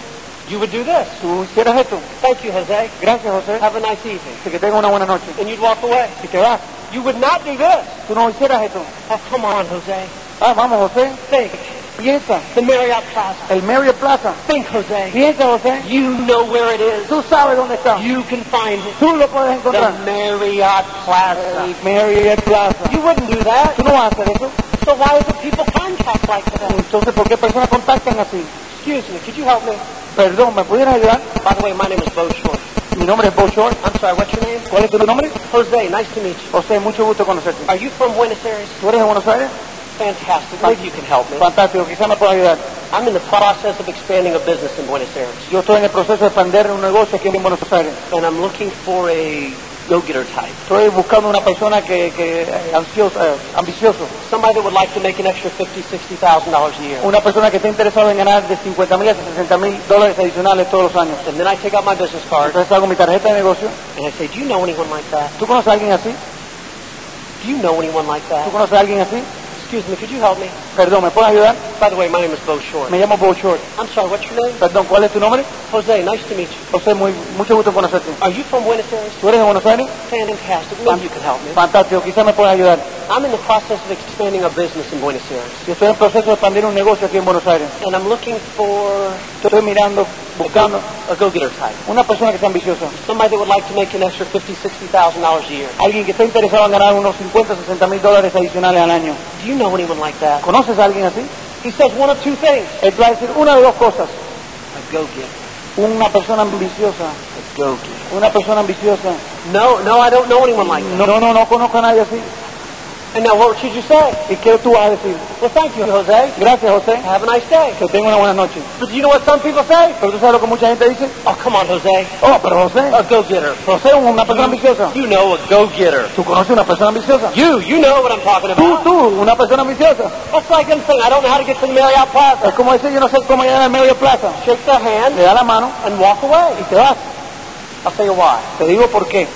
[SPEAKER 2] You would do this.
[SPEAKER 4] Tú hicieras esto.
[SPEAKER 2] Thank you, Jose.
[SPEAKER 4] Gracias, José.
[SPEAKER 2] Have a nice evening.
[SPEAKER 4] Así que tenga una buena noche.
[SPEAKER 2] And you'd walk away.
[SPEAKER 4] Y te vas.
[SPEAKER 2] You would not do this.
[SPEAKER 4] Tú no hicieras esto.
[SPEAKER 2] Oh, come on, Jose.
[SPEAKER 4] Ah, vamos, José.
[SPEAKER 2] Think.
[SPEAKER 4] Piensa.
[SPEAKER 2] The Marriott Plaza.
[SPEAKER 4] El Marriott Plaza.
[SPEAKER 2] Think, Jose.
[SPEAKER 4] Piensa, José.
[SPEAKER 2] You know where it is.
[SPEAKER 4] Tú sabes dónde está.
[SPEAKER 2] You can find it.
[SPEAKER 4] Tú lo puedes
[SPEAKER 2] The
[SPEAKER 4] encontrar.
[SPEAKER 2] Marriott Plaza.
[SPEAKER 4] El Marriott Plaza.
[SPEAKER 2] You wouldn't do that.
[SPEAKER 4] Tú no vas a hacer eso.
[SPEAKER 2] So why is it people contact like that?
[SPEAKER 4] Entonces, ¿por qué personas contactan así?
[SPEAKER 2] Excuse me, could you help me?
[SPEAKER 4] Perdón, ¿me pudieran ayudar?
[SPEAKER 2] By the way, my name is Bo Short.
[SPEAKER 4] Mi nombre es Bo Short.
[SPEAKER 2] I'm sorry, what's your name?
[SPEAKER 4] ¿Cuál es tu nombre?
[SPEAKER 2] Jose, nice to meet you.
[SPEAKER 4] José, mucho gusto conocerte.
[SPEAKER 2] Are you from Buenos Aires?
[SPEAKER 4] ¿Tú eres de Buenos Aires?
[SPEAKER 2] Fantastic. Maybe you can help me.
[SPEAKER 4] Fantástico, quizá me pueda ayudar.
[SPEAKER 2] I'm in the process of expanding a business in Buenos Aires,
[SPEAKER 4] Yo estoy en el proceso de expandir un negocio aquí en Buenos Aires.
[SPEAKER 2] and I'm looking for a go-getter type.
[SPEAKER 4] Estoy buscando una persona que, que eh, ansiosa, eh, ambicioso.
[SPEAKER 2] Somebody that would like to make an extra fifty, sixty thousand dollars a year.
[SPEAKER 4] Una persona que esté interesada en ganar de 50 mil a 60 mil dólares adicionales todos los años.
[SPEAKER 2] And then I take out my business card
[SPEAKER 4] Entonces hago mi tarjeta de negocio.
[SPEAKER 2] and I say, do you know anyone like that?
[SPEAKER 4] ¿Tú conoces a alguien así?
[SPEAKER 2] Do you know anyone like
[SPEAKER 4] ¿Tú
[SPEAKER 2] that?
[SPEAKER 4] conoces a alguien así?
[SPEAKER 2] Excuse me, could you help me?
[SPEAKER 4] Perdón, ¿me puedes ayudar?
[SPEAKER 2] By the way, my name is Bo Short.
[SPEAKER 4] Me llamo Bo Short.
[SPEAKER 2] I'm sorry, what's your name?
[SPEAKER 4] Perdón, ¿cuál es tu nombre?
[SPEAKER 2] Jose, nice to meet you.
[SPEAKER 4] José, muy, mucho gusto en conocerte.
[SPEAKER 2] Are you from Buenos Aires?
[SPEAKER 4] ¿Tú eres de Buenos Aires?
[SPEAKER 2] Fantastic. Maybe you can help me.
[SPEAKER 4] Fantástico, quizás me puedes ayudar.
[SPEAKER 2] I'm in the process of expanding a business in Buenos Aires,
[SPEAKER 4] Yo estoy en proceso de expandir un negocio aquí en Buenos Aires.
[SPEAKER 2] and I'm looking for
[SPEAKER 4] Estoy mirando, buscando
[SPEAKER 2] a go-getter type.
[SPEAKER 4] una persona que sea ambiciosa.
[SPEAKER 2] Somebody that would like to make an extra fifty, sixty thousand dollars a year.
[SPEAKER 4] Alguien que esté interesado en ganar unos 50 o 60 mil dólares adicionales al año.
[SPEAKER 2] Do you know anyone like that?
[SPEAKER 4] ¿Conoces a alguien así?
[SPEAKER 2] He says one of two things.
[SPEAKER 4] Él te va a decir una de dos cosas.
[SPEAKER 2] A go-getter.
[SPEAKER 4] Una persona ambiciosa.
[SPEAKER 2] A go-getter.
[SPEAKER 4] Una persona ambiciosa.
[SPEAKER 2] No, no, I don't know anyone like that.
[SPEAKER 4] No, no, no, no conozco a nadie así.
[SPEAKER 2] And now what should you say?
[SPEAKER 4] ¿Y qué tú vas a decir?
[SPEAKER 2] Well, Pues, thank you, Jose.
[SPEAKER 4] Gracias, José.
[SPEAKER 2] Have a nice day.
[SPEAKER 4] Que tenga una buena noche.
[SPEAKER 2] But you know what some people say?
[SPEAKER 4] Pero tú sabes lo que mucha gente dice.
[SPEAKER 2] Oh, come on, Jose.
[SPEAKER 4] Oh, pero José.
[SPEAKER 2] A go-getter.
[SPEAKER 4] José es una persona ambiciosa.
[SPEAKER 2] You know a go-getter.
[SPEAKER 4] ¿Tú conoces una persona ambiciosa?
[SPEAKER 2] You, you know what I'm talking
[SPEAKER 4] Tú,
[SPEAKER 2] about.
[SPEAKER 4] tú, una persona ambiciosa.
[SPEAKER 2] That's like him saying, Pues, I don't know how to get to the Marriott
[SPEAKER 4] Es
[SPEAKER 2] Plaza.
[SPEAKER 4] como decir, yo no sé cómo llegar al medio de plaza.
[SPEAKER 2] Shake their hand.
[SPEAKER 4] Le da la mano
[SPEAKER 2] and walk
[SPEAKER 4] y
[SPEAKER 2] away.
[SPEAKER 4] te vas.
[SPEAKER 2] I'll tell you why.
[SPEAKER 4] Te digo por qué.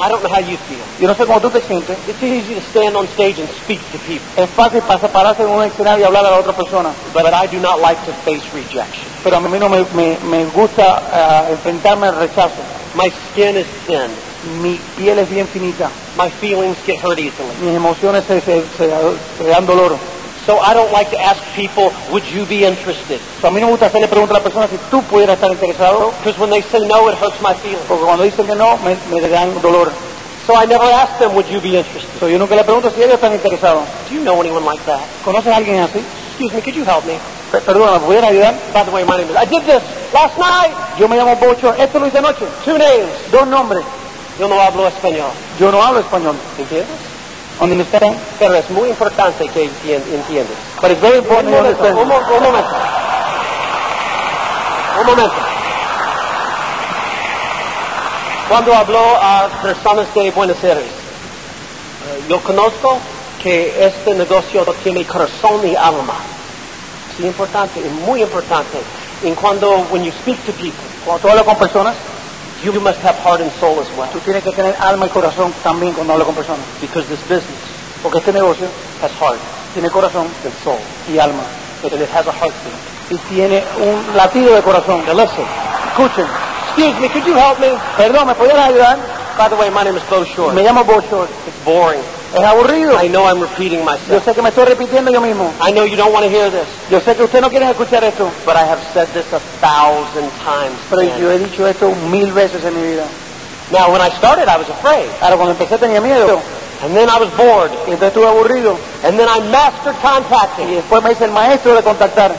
[SPEAKER 2] I don't know how you feel.
[SPEAKER 4] Yo no sé cómo tú te sientes.
[SPEAKER 2] It's easy to stand on stage and speak to people,
[SPEAKER 4] Es fácil para pararse en un escenario y hablar a la otra persona.
[SPEAKER 2] but I do not like to face rejection.
[SPEAKER 4] Pero a mí no me, me- me gusta ah, enfrentarme al rechazo.
[SPEAKER 2] My skin is thin.
[SPEAKER 4] Mi piel es bien finita.
[SPEAKER 2] My feelings get hurt easily.
[SPEAKER 4] Mis emociones se, se- se- se dan dolor.
[SPEAKER 2] So I don't like to ask people, would you be interested?
[SPEAKER 4] O sea, a mí no me gusta hacerle preguntas a la persona si tú pudieras estar interesado.
[SPEAKER 2] Because when they say no, it hurts my feelings.
[SPEAKER 4] Porque cuando dicen que no, me, me dan dolor.
[SPEAKER 2] So I never ask them, would you be interested?
[SPEAKER 4] So, yo nunca le pregunto si ellos están interesados.
[SPEAKER 2] Do you know anyone like that?
[SPEAKER 4] ¿Conoces a alguien así?
[SPEAKER 2] Excuse me, could you help me?
[SPEAKER 4] Pe- Perdona, ¿me pudieras ayudar?
[SPEAKER 2] By the way, my name is... I did this last night.
[SPEAKER 4] Yo me llamo Bocho. Esto lo hice anoche.
[SPEAKER 2] Two names.
[SPEAKER 4] Dos nombres.
[SPEAKER 2] Yo no hablo español.
[SPEAKER 4] Yo no hablo español.
[SPEAKER 2] ¿Entiendes?
[SPEAKER 4] ¿Dónde me están?
[SPEAKER 2] Pero es muy importante que entien- entiendas.
[SPEAKER 4] Pero es very
[SPEAKER 2] Un
[SPEAKER 4] important you
[SPEAKER 2] momento,
[SPEAKER 4] understand.
[SPEAKER 2] un, mo- un momento. Un momento. Cuando hablo a personas de Buenos Aires, eh, yo conozco que este negocio tiene corazón y alma. Es importante, es muy importante. En cuando, when you speak to people,
[SPEAKER 4] Cuando tú hablas con personas,
[SPEAKER 2] you must have heart and soul as well.
[SPEAKER 4] tú tienes que tener alma y corazón también cuando hablas con personas.
[SPEAKER 2] Because this business
[SPEAKER 4] Porque este negocio
[SPEAKER 2] has heart
[SPEAKER 4] tiene corazón
[SPEAKER 2] and soul.
[SPEAKER 4] y alma.
[SPEAKER 2] And it has a heartbeat.
[SPEAKER 4] Y tiene un latido de corazón.
[SPEAKER 2] Now listen.
[SPEAKER 4] Escuchen.
[SPEAKER 2] Excuse me, could you help me?
[SPEAKER 4] Perdón, ¿me podrías ayudar?
[SPEAKER 2] By the way, my name is Bo Short.
[SPEAKER 4] Me llamo Bocho.
[SPEAKER 2] It's boring.
[SPEAKER 4] Es aburrido.
[SPEAKER 2] I know I'm repeating
[SPEAKER 4] Yo
[SPEAKER 2] myself.
[SPEAKER 4] sé que me estoy repitiendo yo mismo.
[SPEAKER 2] I know you don't want to hear this,
[SPEAKER 4] Yo sé que ustedes no quieren escuchar esto.
[SPEAKER 2] but I have said this a thousand times.
[SPEAKER 4] Pero
[SPEAKER 2] man.
[SPEAKER 4] yo he dicho esto mil veces en mi vida.
[SPEAKER 2] Now, when I started, I was afraid,
[SPEAKER 4] Ahora, cuando empecé tenía miedo.
[SPEAKER 2] and then I was bored,
[SPEAKER 4] Y entonces estuve aburrido.
[SPEAKER 2] and then I mastered
[SPEAKER 4] Y
[SPEAKER 2] contacting,
[SPEAKER 4] después me hice el maestro de contactar.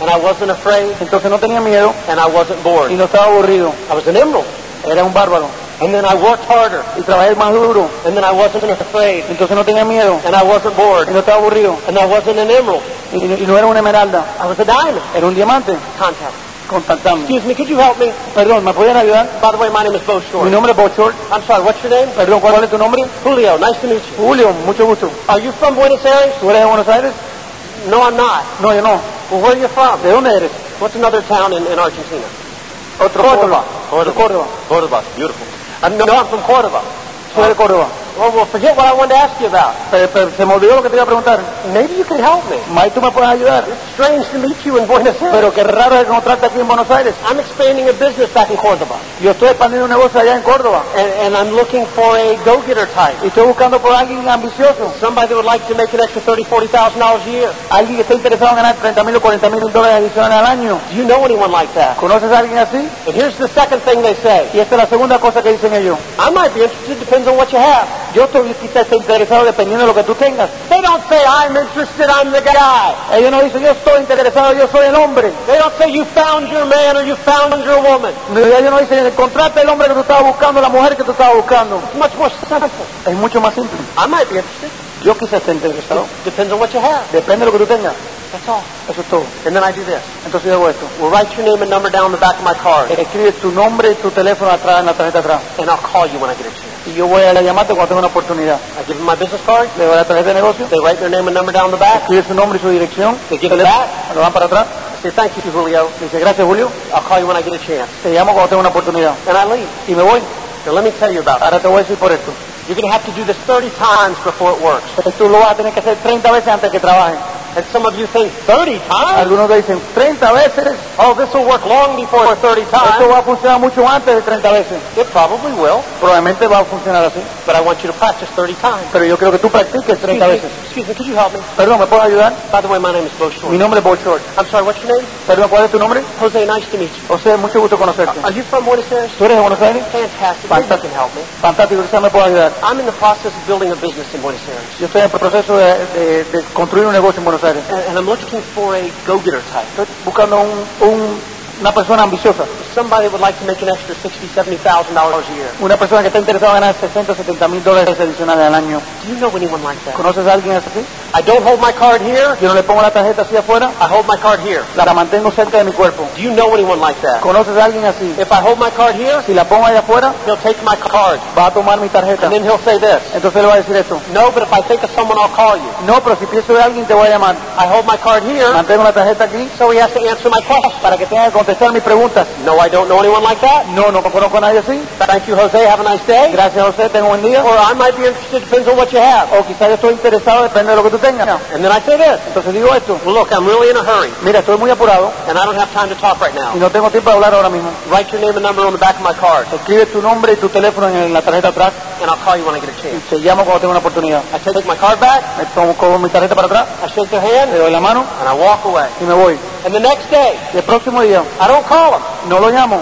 [SPEAKER 2] and I wasn't afraid,
[SPEAKER 4] Entonces no tenía miedo
[SPEAKER 2] and I wasn't
[SPEAKER 4] y
[SPEAKER 2] bored.
[SPEAKER 4] no estaba aburrido.
[SPEAKER 2] I was an emerald,
[SPEAKER 4] Era un bárbaro.
[SPEAKER 2] and then I worked harder,
[SPEAKER 4] Y trabajé más duro.
[SPEAKER 2] and then I wasn't afraid,
[SPEAKER 4] Entonces no tenía miedo
[SPEAKER 2] and I wasn't bored,
[SPEAKER 4] y no estaba aburrido.
[SPEAKER 2] and I wasn't an emerald.
[SPEAKER 4] Y, y no era una esmeralda,
[SPEAKER 2] I was a diamond.
[SPEAKER 4] era un diamante.
[SPEAKER 2] Contact.
[SPEAKER 4] Contactame.
[SPEAKER 2] Excuse me, could you help me?
[SPEAKER 4] Perdón, ¿me podían ayudar?
[SPEAKER 2] By the way, my name is Bo
[SPEAKER 4] Mi
[SPEAKER 2] Short.
[SPEAKER 4] nombre es Bochor.
[SPEAKER 2] I'm sorry, what's your name?
[SPEAKER 4] Perdón, ¿cuál es tu nombre?
[SPEAKER 2] Julio, nice to meet you.
[SPEAKER 4] Julio, mucho gusto.
[SPEAKER 2] Are you from Buenos Aires?
[SPEAKER 4] ¿Tú eres de Buenos Aires?
[SPEAKER 2] No, I'm not.
[SPEAKER 4] No, yo no.
[SPEAKER 2] Well, where are you from?
[SPEAKER 4] ¿De dónde eres?
[SPEAKER 2] What's another town in, in Argentina?
[SPEAKER 4] Otro
[SPEAKER 2] Córdoba.
[SPEAKER 4] Córdoba. De Córdoba.
[SPEAKER 2] Cordoba, beautiful. I know I'm from Cordoba.
[SPEAKER 4] Soy de Córdoba.
[SPEAKER 2] Well, well, forget what I wanted to ask you about.
[SPEAKER 4] Pero, pero se me olvidó lo que te iba a preguntar.
[SPEAKER 2] Maybe you can help me.
[SPEAKER 4] May, ¿tú me puedes ayudar?
[SPEAKER 2] Strange to meet you in Buenos Aires.
[SPEAKER 4] Pero qué raro es encontrarte aquí en Buenos Aires.
[SPEAKER 2] I'm expanding a business back in Cordoba,
[SPEAKER 4] Yo estoy expandiendo un negocio allá en Córdoba.
[SPEAKER 2] and, and I'm looking for a go-getter type.
[SPEAKER 4] Y estoy buscando por alguien ambicioso.
[SPEAKER 2] Somebody that would like to make an extra thirty, forty thousand dollars a year.
[SPEAKER 4] Alguien que esté interesado en ganar 30 mil o 40 mil dólares adicionales al año.
[SPEAKER 2] Do you know anyone like that?
[SPEAKER 4] ¿Conoces a alguien así?
[SPEAKER 2] And here's the second thing they say.
[SPEAKER 4] Y esta es la segunda cosa que dicen ellos.
[SPEAKER 2] I might be interested. Depends on what you have.
[SPEAKER 4] Yo estoy quizás estoy interesado dependiendo de lo que tú tengas. They don't say I'm interested, I'm the guy. Ellos no dicen yo estoy interesado, yo soy el hombre. They don't say you found your man or you found your woman. Ellos no dicen encontraste el hombre que tú estabas buscando, la mujer que tú estabas buscando. It's much more simple. Es mucho más simple. I might be interested. Yo quizás esté interesado. Depends on what you have. Depende de lo que tú tengas. That's all. Eso es todo. And then I do this. Entonces yo hago esto. We'll write your name and number down on the back of my card. Escribe tu nombre y tu teléfono atrás en la tarjeta atrás. And I'll call you when I get a chance. Y yo voy a llamarte cuando tenga una oportunidad. I give them my business card. Le doy la tarjeta de negocio. They write their name and number down the back. Escribe su nombre y su dirección. They give it back. Lo dan para atrás. I say thank you, Julio. Le dice gracias, Julio. I'll call you when I get a chance. Te llamo cuando tenga una oportunidad. And I leave. Y me voy. So let me tell you about. Ahora te voy a decir por esto. You're going to have to do this 30 times before it works. Tú lo vas a tener que hacer 30 veces antes que trabaje. And some of you think 30 times? Algunos dicen 30 veces. Oh, this will work long before 30
[SPEAKER 2] Ah.
[SPEAKER 4] times. Esto va a funcionar mucho antes de 30 veces. It probably will. Probablemente va a funcionar así. But I want you to practice 30 times. Pero yo creo que tú practiques 30
[SPEAKER 3] me,
[SPEAKER 4] veces. Excuse me, could you help me? Perdón, ¿me puedes ayudar? By the way, my name is Bo Short. Mi nombre es Bo Short. I'm sorry, what's your name? Perdón, ¿cuál es tu nombre? Jose, nice to meet you. Jose, mucho gusto conocerte. Are you from Buenos Aires? ¿Tú eres de Buenos Aires? Fantastic. Maybe you can help me. Fantástico, quizás me pueda ayudar. I'm in the process of building a business in Buenos Aires. Yo estoy en proceso de, de, de construir un negocio en Buenos Aires. And, and I'm looking for a go-getter type. Estoy buscando un, un, una persona ambiciosa. Somebody would like to make an extra sixty, seventy thousand dollars a year. Una persona que está interesada en ganar 60, 70 mil dólares adicionales al año. Do you know anyone like that? ¿Conoces a alguien así? I don't hold my card here. Yo no le pongo la tarjeta así afuera. I hold my card here. La, la mantengo cerca de mi cuerpo. Do you know anyone like that? ¿Conoces a alguien así? If I hold my card here, si la pongo allá afuera, he'll take my card. Va a tomar mi tarjeta. And then he'll say this. Entonces le va a decir esto. No, but if I think of someone, I'll call you. No, pero si pienso de alguien te voy a llamar. I hold my card here. Mantengo la tarjeta aquí. So he has to answer my questions. Para que tenga que contestar mis preguntas. No, I don't know anyone like that. No, no conozco a nadie así. Thank you, Jose. Have a nice day. Gracias, Jose. Tengo un buen día. Or I might be interested. Depends on what you have. O quizás yo estoy interesado. Depende de lo que tú tengas. And then I say this. Entonces digo esto. Well, look, I'm really in a hurry. Mira, estoy muy apurado. And I don't have time to talk right now. Y no tengo tiempo de hablar ahora mismo. Write your name and number on the back of my card. Escribe tu nombre y tu teléfono en la tarjeta atrás. And I'll call you when I get a chance. Y te llamo cuando tenga una oportunidad. I take my card back. Me tomo cojo mi tarjeta para atrás. I shake their hand. Le doy la mano. And I walk away. Y me voy. And the next day. Y el próximo día. I don't call him. No lo llamo.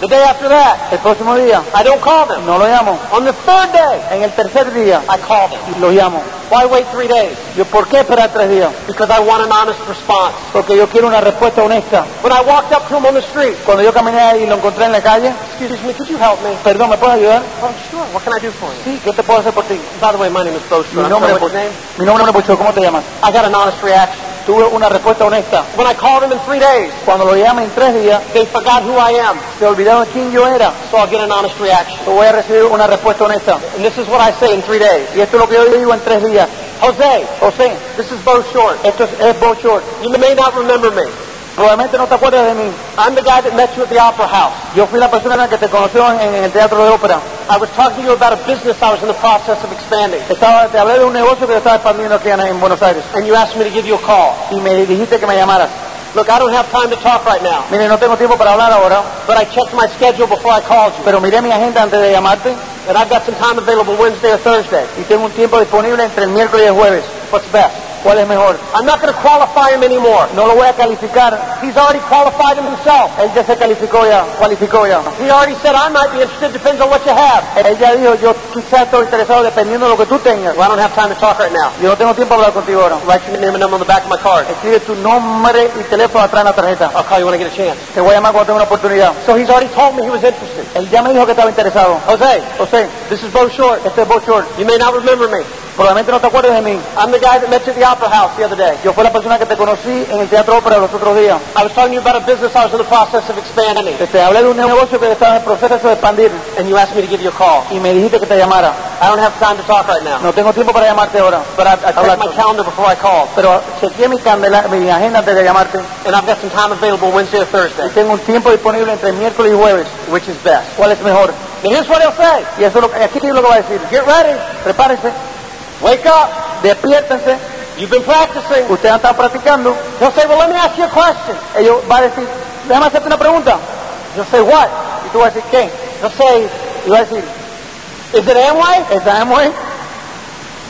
[SPEAKER 4] The day after that, el próximo día, I don't call them. No lo llamo. On the third day, en el tercer día, I call them. Lo llamo. Why wait three days? Yo, ¿por qué esperar tres días? Because I want an honest response. Porque yo quiero una respuesta honesta. When I walked up to him on the street, cuando yo caminé y lo encontré en la calle, excuse me, could you help me? Perdón, ¿me puedes ayudar? Oh, sure. What can I do for you? Sí, ¿qué te puedo hacer por ti? By the way, my name is Bocho. Mi nombre es Bocho. Mi nombre es Bocho. ¿Cómo te llamas? I got an honest reaction. Tuve una respuesta honesta. When I called him in three days, cuando lo llamé en tres días, they forgot who I am. Se olvidó quién yo era. So I'll get an honest reaction. So voy a recibir una respuesta honesta. And this is what I say in three days. Y esto es lo que yo digo en tres días. Jose, Jose, this is Bo Short. Esto es, es Bo Short. You may not remember me. Probablemente no te acuerdas de mí. I'm the guy that met you at the opera house. Yo fui la persona que te conoció en, en el teatro de ópera. I was talking to you about a business I was in the process of expanding. Estaba te hablé de un negocio que yo estaba expandiendo aquí en, en Buenos Aires. And you asked me to give you a call. Y me dijiste que me llamaras. Look, I don't have time to talk right now. Mire, no tengo tiempo para hablar ahora. But I checked my schedule before I called you. Pero miré mi agenda antes de llamarte. And I've got some time available Wednesday or Thursday. Y tengo un tiempo disponible entre el miércoles y el jueves. What's best? ¿Cuál es mejor? I'm not going to qualify him anymore. No lo voy a calificar. He's already qualified himself. Él ya se calificó ya, cualificó ya. He already said I might be interested. Depends on what you have. Él ya dijo yo quizás estoy interesado dependiendo de lo que tú tengas. Well, I don't have time to talk right now. Yo no tengo tiempo para hablar contigo ahora. Write your name and number on the back of my card. Escribe tu nombre y teléfono atrás en la tarjeta. I'll call you when I get a chance. Te voy a llamar cuando tenga una oportunidad. So he's already told me he was interested. Él ya me dijo que estaba interesado. Jose, Jose, this is Bo Short. Este es Bo Short. You may not remember me. Probablemente no te acuerdes de mí. I'm the guy that met you at the opera house the other day. Yo fui la persona que te conocí en el teatro ópera los otros días. I was talking to you about a business I was in the process of expanding. Te hablé de un negocio que estaba en el proceso de expandir. And you asked me to give you a call. Y me dijiste que te llamara. I don't have time to talk right now. No tengo tiempo para llamarte ahora. But I, I checked my calendar before I called. Pero chequeé mi, candela, mi agenda antes de llamarte. And I've got some time available Wednesday or Thursday. Y tengo un tiempo disponible entre miércoles y jueves. Which is best. ¿Cuál es mejor? And here's what he'll say. Y eso lo, aquí es lo que va a decir. Get ready. Prepárense. Wake up. Despiértense. You've been practicing. Ustedes han estado practicando. He'll say, well, let me ask you a question. Ellos va a decir, déjame hacerte una pregunta. Yo say, what? Y tú vas a decir, ¿qué? Yo say, y va a decir, is it Amway? Is it Amway?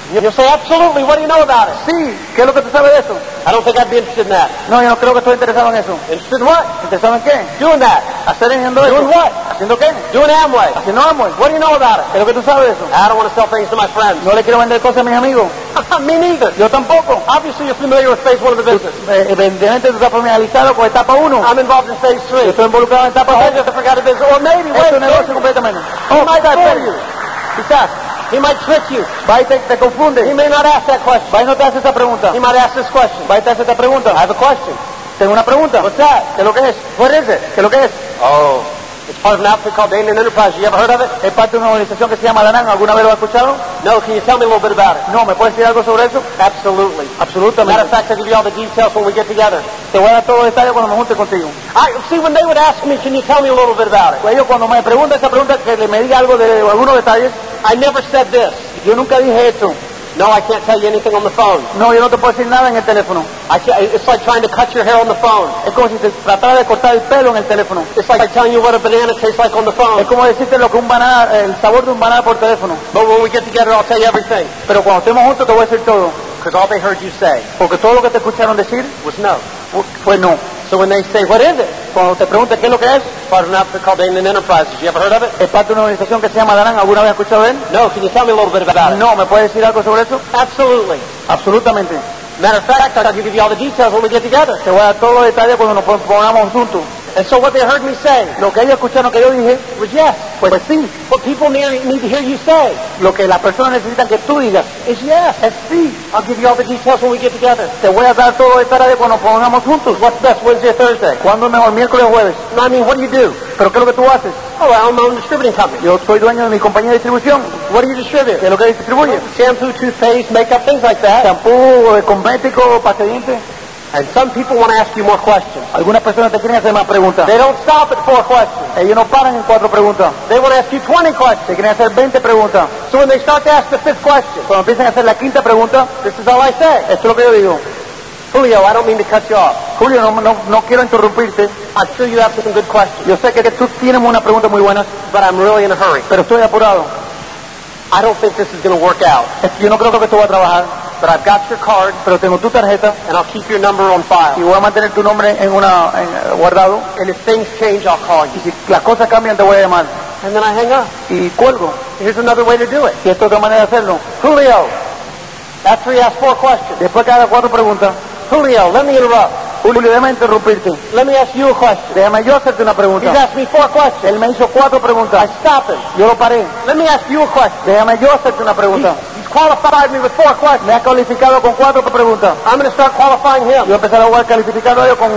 [SPEAKER 4] Yo say, absolutely, what do you know about it? Sí, ¿qué es lo que tú sabes de eso? I don't think I'd be interested in that. No, yo no creo que estoy interesado en eso. Interested in what? ¿Interesado en qué? Doing that. Hacer haciendo eso. Doing what? ¿Haciendo qué?
[SPEAKER 2] Doing Amway.
[SPEAKER 4] Haciendo Amway.
[SPEAKER 2] What do you know about it?
[SPEAKER 4] ¿Qué es lo que tú sabes de eso?
[SPEAKER 2] I don't want to sell things to my friends.
[SPEAKER 4] No le quiero vender cosas a mis amigos.
[SPEAKER 2] Me neither.
[SPEAKER 4] Yo tampoco.
[SPEAKER 2] Obviously, you're familiar with phase one of the business.
[SPEAKER 4] Eh, Evidentemente tú estás familiarizado con etapa 1.
[SPEAKER 2] I'm involved in phase
[SPEAKER 4] Yo
[SPEAKER 2] three.
[SPEAKER 4] estoy involucrado en etapa
[SPEAKER 2] I
[SPEAKER 4] 2.
[SPEAKER 2] just forgot a business. Or maybe,
[SPEAKER 4] Es
[SPEAKER 2] wait,
[SPEAKER 4] tu negocio
[SPEAKER 2] maybe.
[SPEAKER 4] completamente. Oh,
[SPEAKER 2] he might
[SPEAKER 4] quizás,
[SPEAKER 2] fool you.
[SPEAKER 4] Quizás.
[SPEAKER 2] He might trick you.
[SPEAKER 4] Va y te, te confunde.
[SPEAKER 2] He may not ask that question.
[SPEAKER 4] Va y no te hace esa pregunta.
[SPEAKER 2] He might ask this question.
[SPEAKER 4] Va y te hace esta pregunta.
[SPEAKER 2] I have a question.
[SPEAKER 4] Tengo una pregunta.
[SPEAKER 2] What's that?
[SPEAKER 4] ¿Qué es lo que es? What is it? ¿Qué es lo que é es?
[SPEAKER 2] Oh. It's part of an outfit called the Indian Enterprise. You ever heard of it?
[SPEAKER 4] Es parte de una organización que se llama La Nana. ¿Alguna vez lo has escuchado?
[SPEAKER 2] No. Can you tell me a little bit about it?
[SPEAKER 4] No, ¿me puedes decir algo sobre eso?
[SPEAKER 2] Absolutely. Matter of
[SPEAKER 4] Absolutamente.
[SPEAKER 2] fact, I'll give you all the details when we get together.
[SPEAKER 4] Te voy a dar todos los detalles cuando me junte contigo.
[SPEAKER 2] I see when they would ask me, can you tell me a little bit about it?
[SPEAKER 4] Pues ellos cuando me preguntan esa pregunta, que le me diga algo de algunos detalles,
[SPEAKER 2] I never said this.
[SPEAKER 4] yo nunca dije esto.
[SPEAKER 2] No, I can't tell you anything on the phone.
[SPEAKER 4] No, yo no te puedo decir nada en el teléfono.
[SPEAKER 2] I can't, it's like trying to cut your hair on the phone.
[SPEAKER 4] Es como si te tratara de cortar el pelo en el teléfono.
[SPEAKER 2] It's like telling you what a banana tastes like on the
[SPEAKER 4] Es
[SPEAKER 2] phone.
[SPEAKER 4] como decirte lo que un banana, el sabor de un banana por teléfono.
[SPEAKER 2] But when we get together, I'll tell you everything.
[SPEAKER 4] Pero cuando estemos juntos te voy a decir todo.
[SPEAKER 2] Because all they heard you say
[SPEAKER 4] Porque todo lo que te escucharon decir
[SPEAKER 2] was no.
[SPEAKER 4] fu- fue Pues no.
[SPEAKER 2] So when they say, what is it?
[SPEAKER 4] Cuando te pregunten qué es lo que es,
[SPEAKER 2] It's part of an outfit called Indian Enterprises. You ever heard of it?
[SPEAKER 4] es parte de una organización que se llama Danan. ¿Alguna vez has escuchado de él?
[SPEAKER 2] No. Can you tell me a little bit about it?
[SPEAKER 4] No, ¿me puedes decir algo sobre eso?
[SPEAKER 2] Absolutely.
[SPEAKER 4] Absolutamente.
[SPEAKER 2] Matter of fact, I'll give you all the details when we get together.
[SPEAKER 4] Te voy a dar todos los detalles cuando nos pon- pongamos juntos.
[SPEAKER 2] And so what they heard me say
[SPEAKER 4] Lo que ellos escucharon que yo dije,
[SPEAKER 2] was yes.
[SPEAKER 4] pues sí.
[SPEAKER 2] What people near, need to hear you say
[SPEAKER 4] Lo que las personas necesitan que tú digas
[SPEAKER 2] is yes.
[SPEAKER 4] es sí.
[SPEAKER 2] I'll give you all the details when we get together.
[SPEAKER 4] Te voy a dar todos los detalles cuando nos pongamos juntos.
[SPEAKER 2] What's best, Wednesday or Thursday?
[SPEAKER 4] ¿Cuándo es mejor? Miércoles o jueves.
[SPEAKER 2] No, I mean, what do you do?
[SPEAKER 4] ¿Pero qué es lo que tú haces?
[SPEAKER 2] Oh, well, I'm my own distributing company.
[SPEAKER 4] Yo soy dueño de mi compañía de distribución.
[SPEAKER 2] What do you distribute?
[SPEAKER 4] ¿Qué es lo que distribuye?
[SPEAKER 2] Shampoo, toothpaste, makeup, things like that.
[SPEAKER 4] Shampoo, eh, cosmético, pasta de dientes.
[SPEAKER 2] And some people want to ask you more questions.
[SPEAKER 4] Algunas personas te quieren hacer más preguntas.
[SPEAKER 2] They don't stop at four questions.
[SPEAKER 4] Ellos no paran en cuatro preguntas.
[SPEAKER 2] They want to ask you 20
[SPEAKER 4] Te
[SPEAKER 2] questions.
[SPEAKER 4] quieren hacer 20 preguntas.
[SPEAKER 2] So when they start to ask the fifth question,
[SPEAKER 4] Cuando empiezan a hacer la quinta pregunta,
[SPEAKER 2] this is all I say.
[SPEAKER 4] esto es lo que yo digo.
[SPEAKER 2] Julio, I don't mean to cut you off.
[SPEAKER 4] Julio, no, no, no quiero interrumpirte.
[SPEAKER 2] I'm sure you have some good questions,
[SPEAKER 4] Yo sé que, que tú tienes unas preguntas muy buenas,
[SPEAKER 2] but I'm really in a hurry.
[SPEAKER 4] pero estoy apurado.
[SPEAKER 2] I don't think this is going to work out,
[SPEAKER 4] Es- Yo no creo que esto va a trabajar,
[SPEAKER 2] but I've got your card,
[SPEAKER 4] pero tengo tu tarjeta
[SPEAKER 2] and I'll keep your number on
[SPEAKER 4] y
[SPEAKER 2] file.
[SPEAKER 4] voy a mantener tu nombre en una en, eh, guardado.
[SPEAKER 2] And if things change, I'll call you.
[SPEAKER 4] Y si las cosas cambian, te voy a llamar.
[SPEAKER 2] And then I hang up.
[SPEAKER 4] Y cuelgo.
[SPEAKER 2] Here's another way to do it.
[SPEAKER 4] Y esto es otra manera de hacerlo.
[SPEAKER 2] Julio, after he asked four questions,
[SPEAKER 4] Después de cada cuatro preguntas,
[SPEAKER 2] Julio, let me interrupt.
[SPEAKER 4] Julio, déjame interrumpirte.
[SPEAKER 2] Let me ask you a question.
[SPEAKER 4] Déjame yo hacerte una
[SPEAKER 2] He's
[SPEAKER 4] pregunta.
[SPEAKER 2] asked me four questions.
[SPEAKER 4] Él me hizo cuatro preguntas.
[SPEAKER 2] Stop him.
[SPEAKER 4] Yo lo paré.
[SPEAKER 2] Let me ask you a question.
[SPEAKER 4] Déjame yo hacerte una pregunta.
[SPEAKER 2] He's qualified me with four questions.
[SPEAKER 4] Me has calificado con cuatro preguntas.
[SPEAKER 2] I'm going to start qualifying him.
[SPEAKER 4] Yo voy a empezar a jugar calificando a ellos con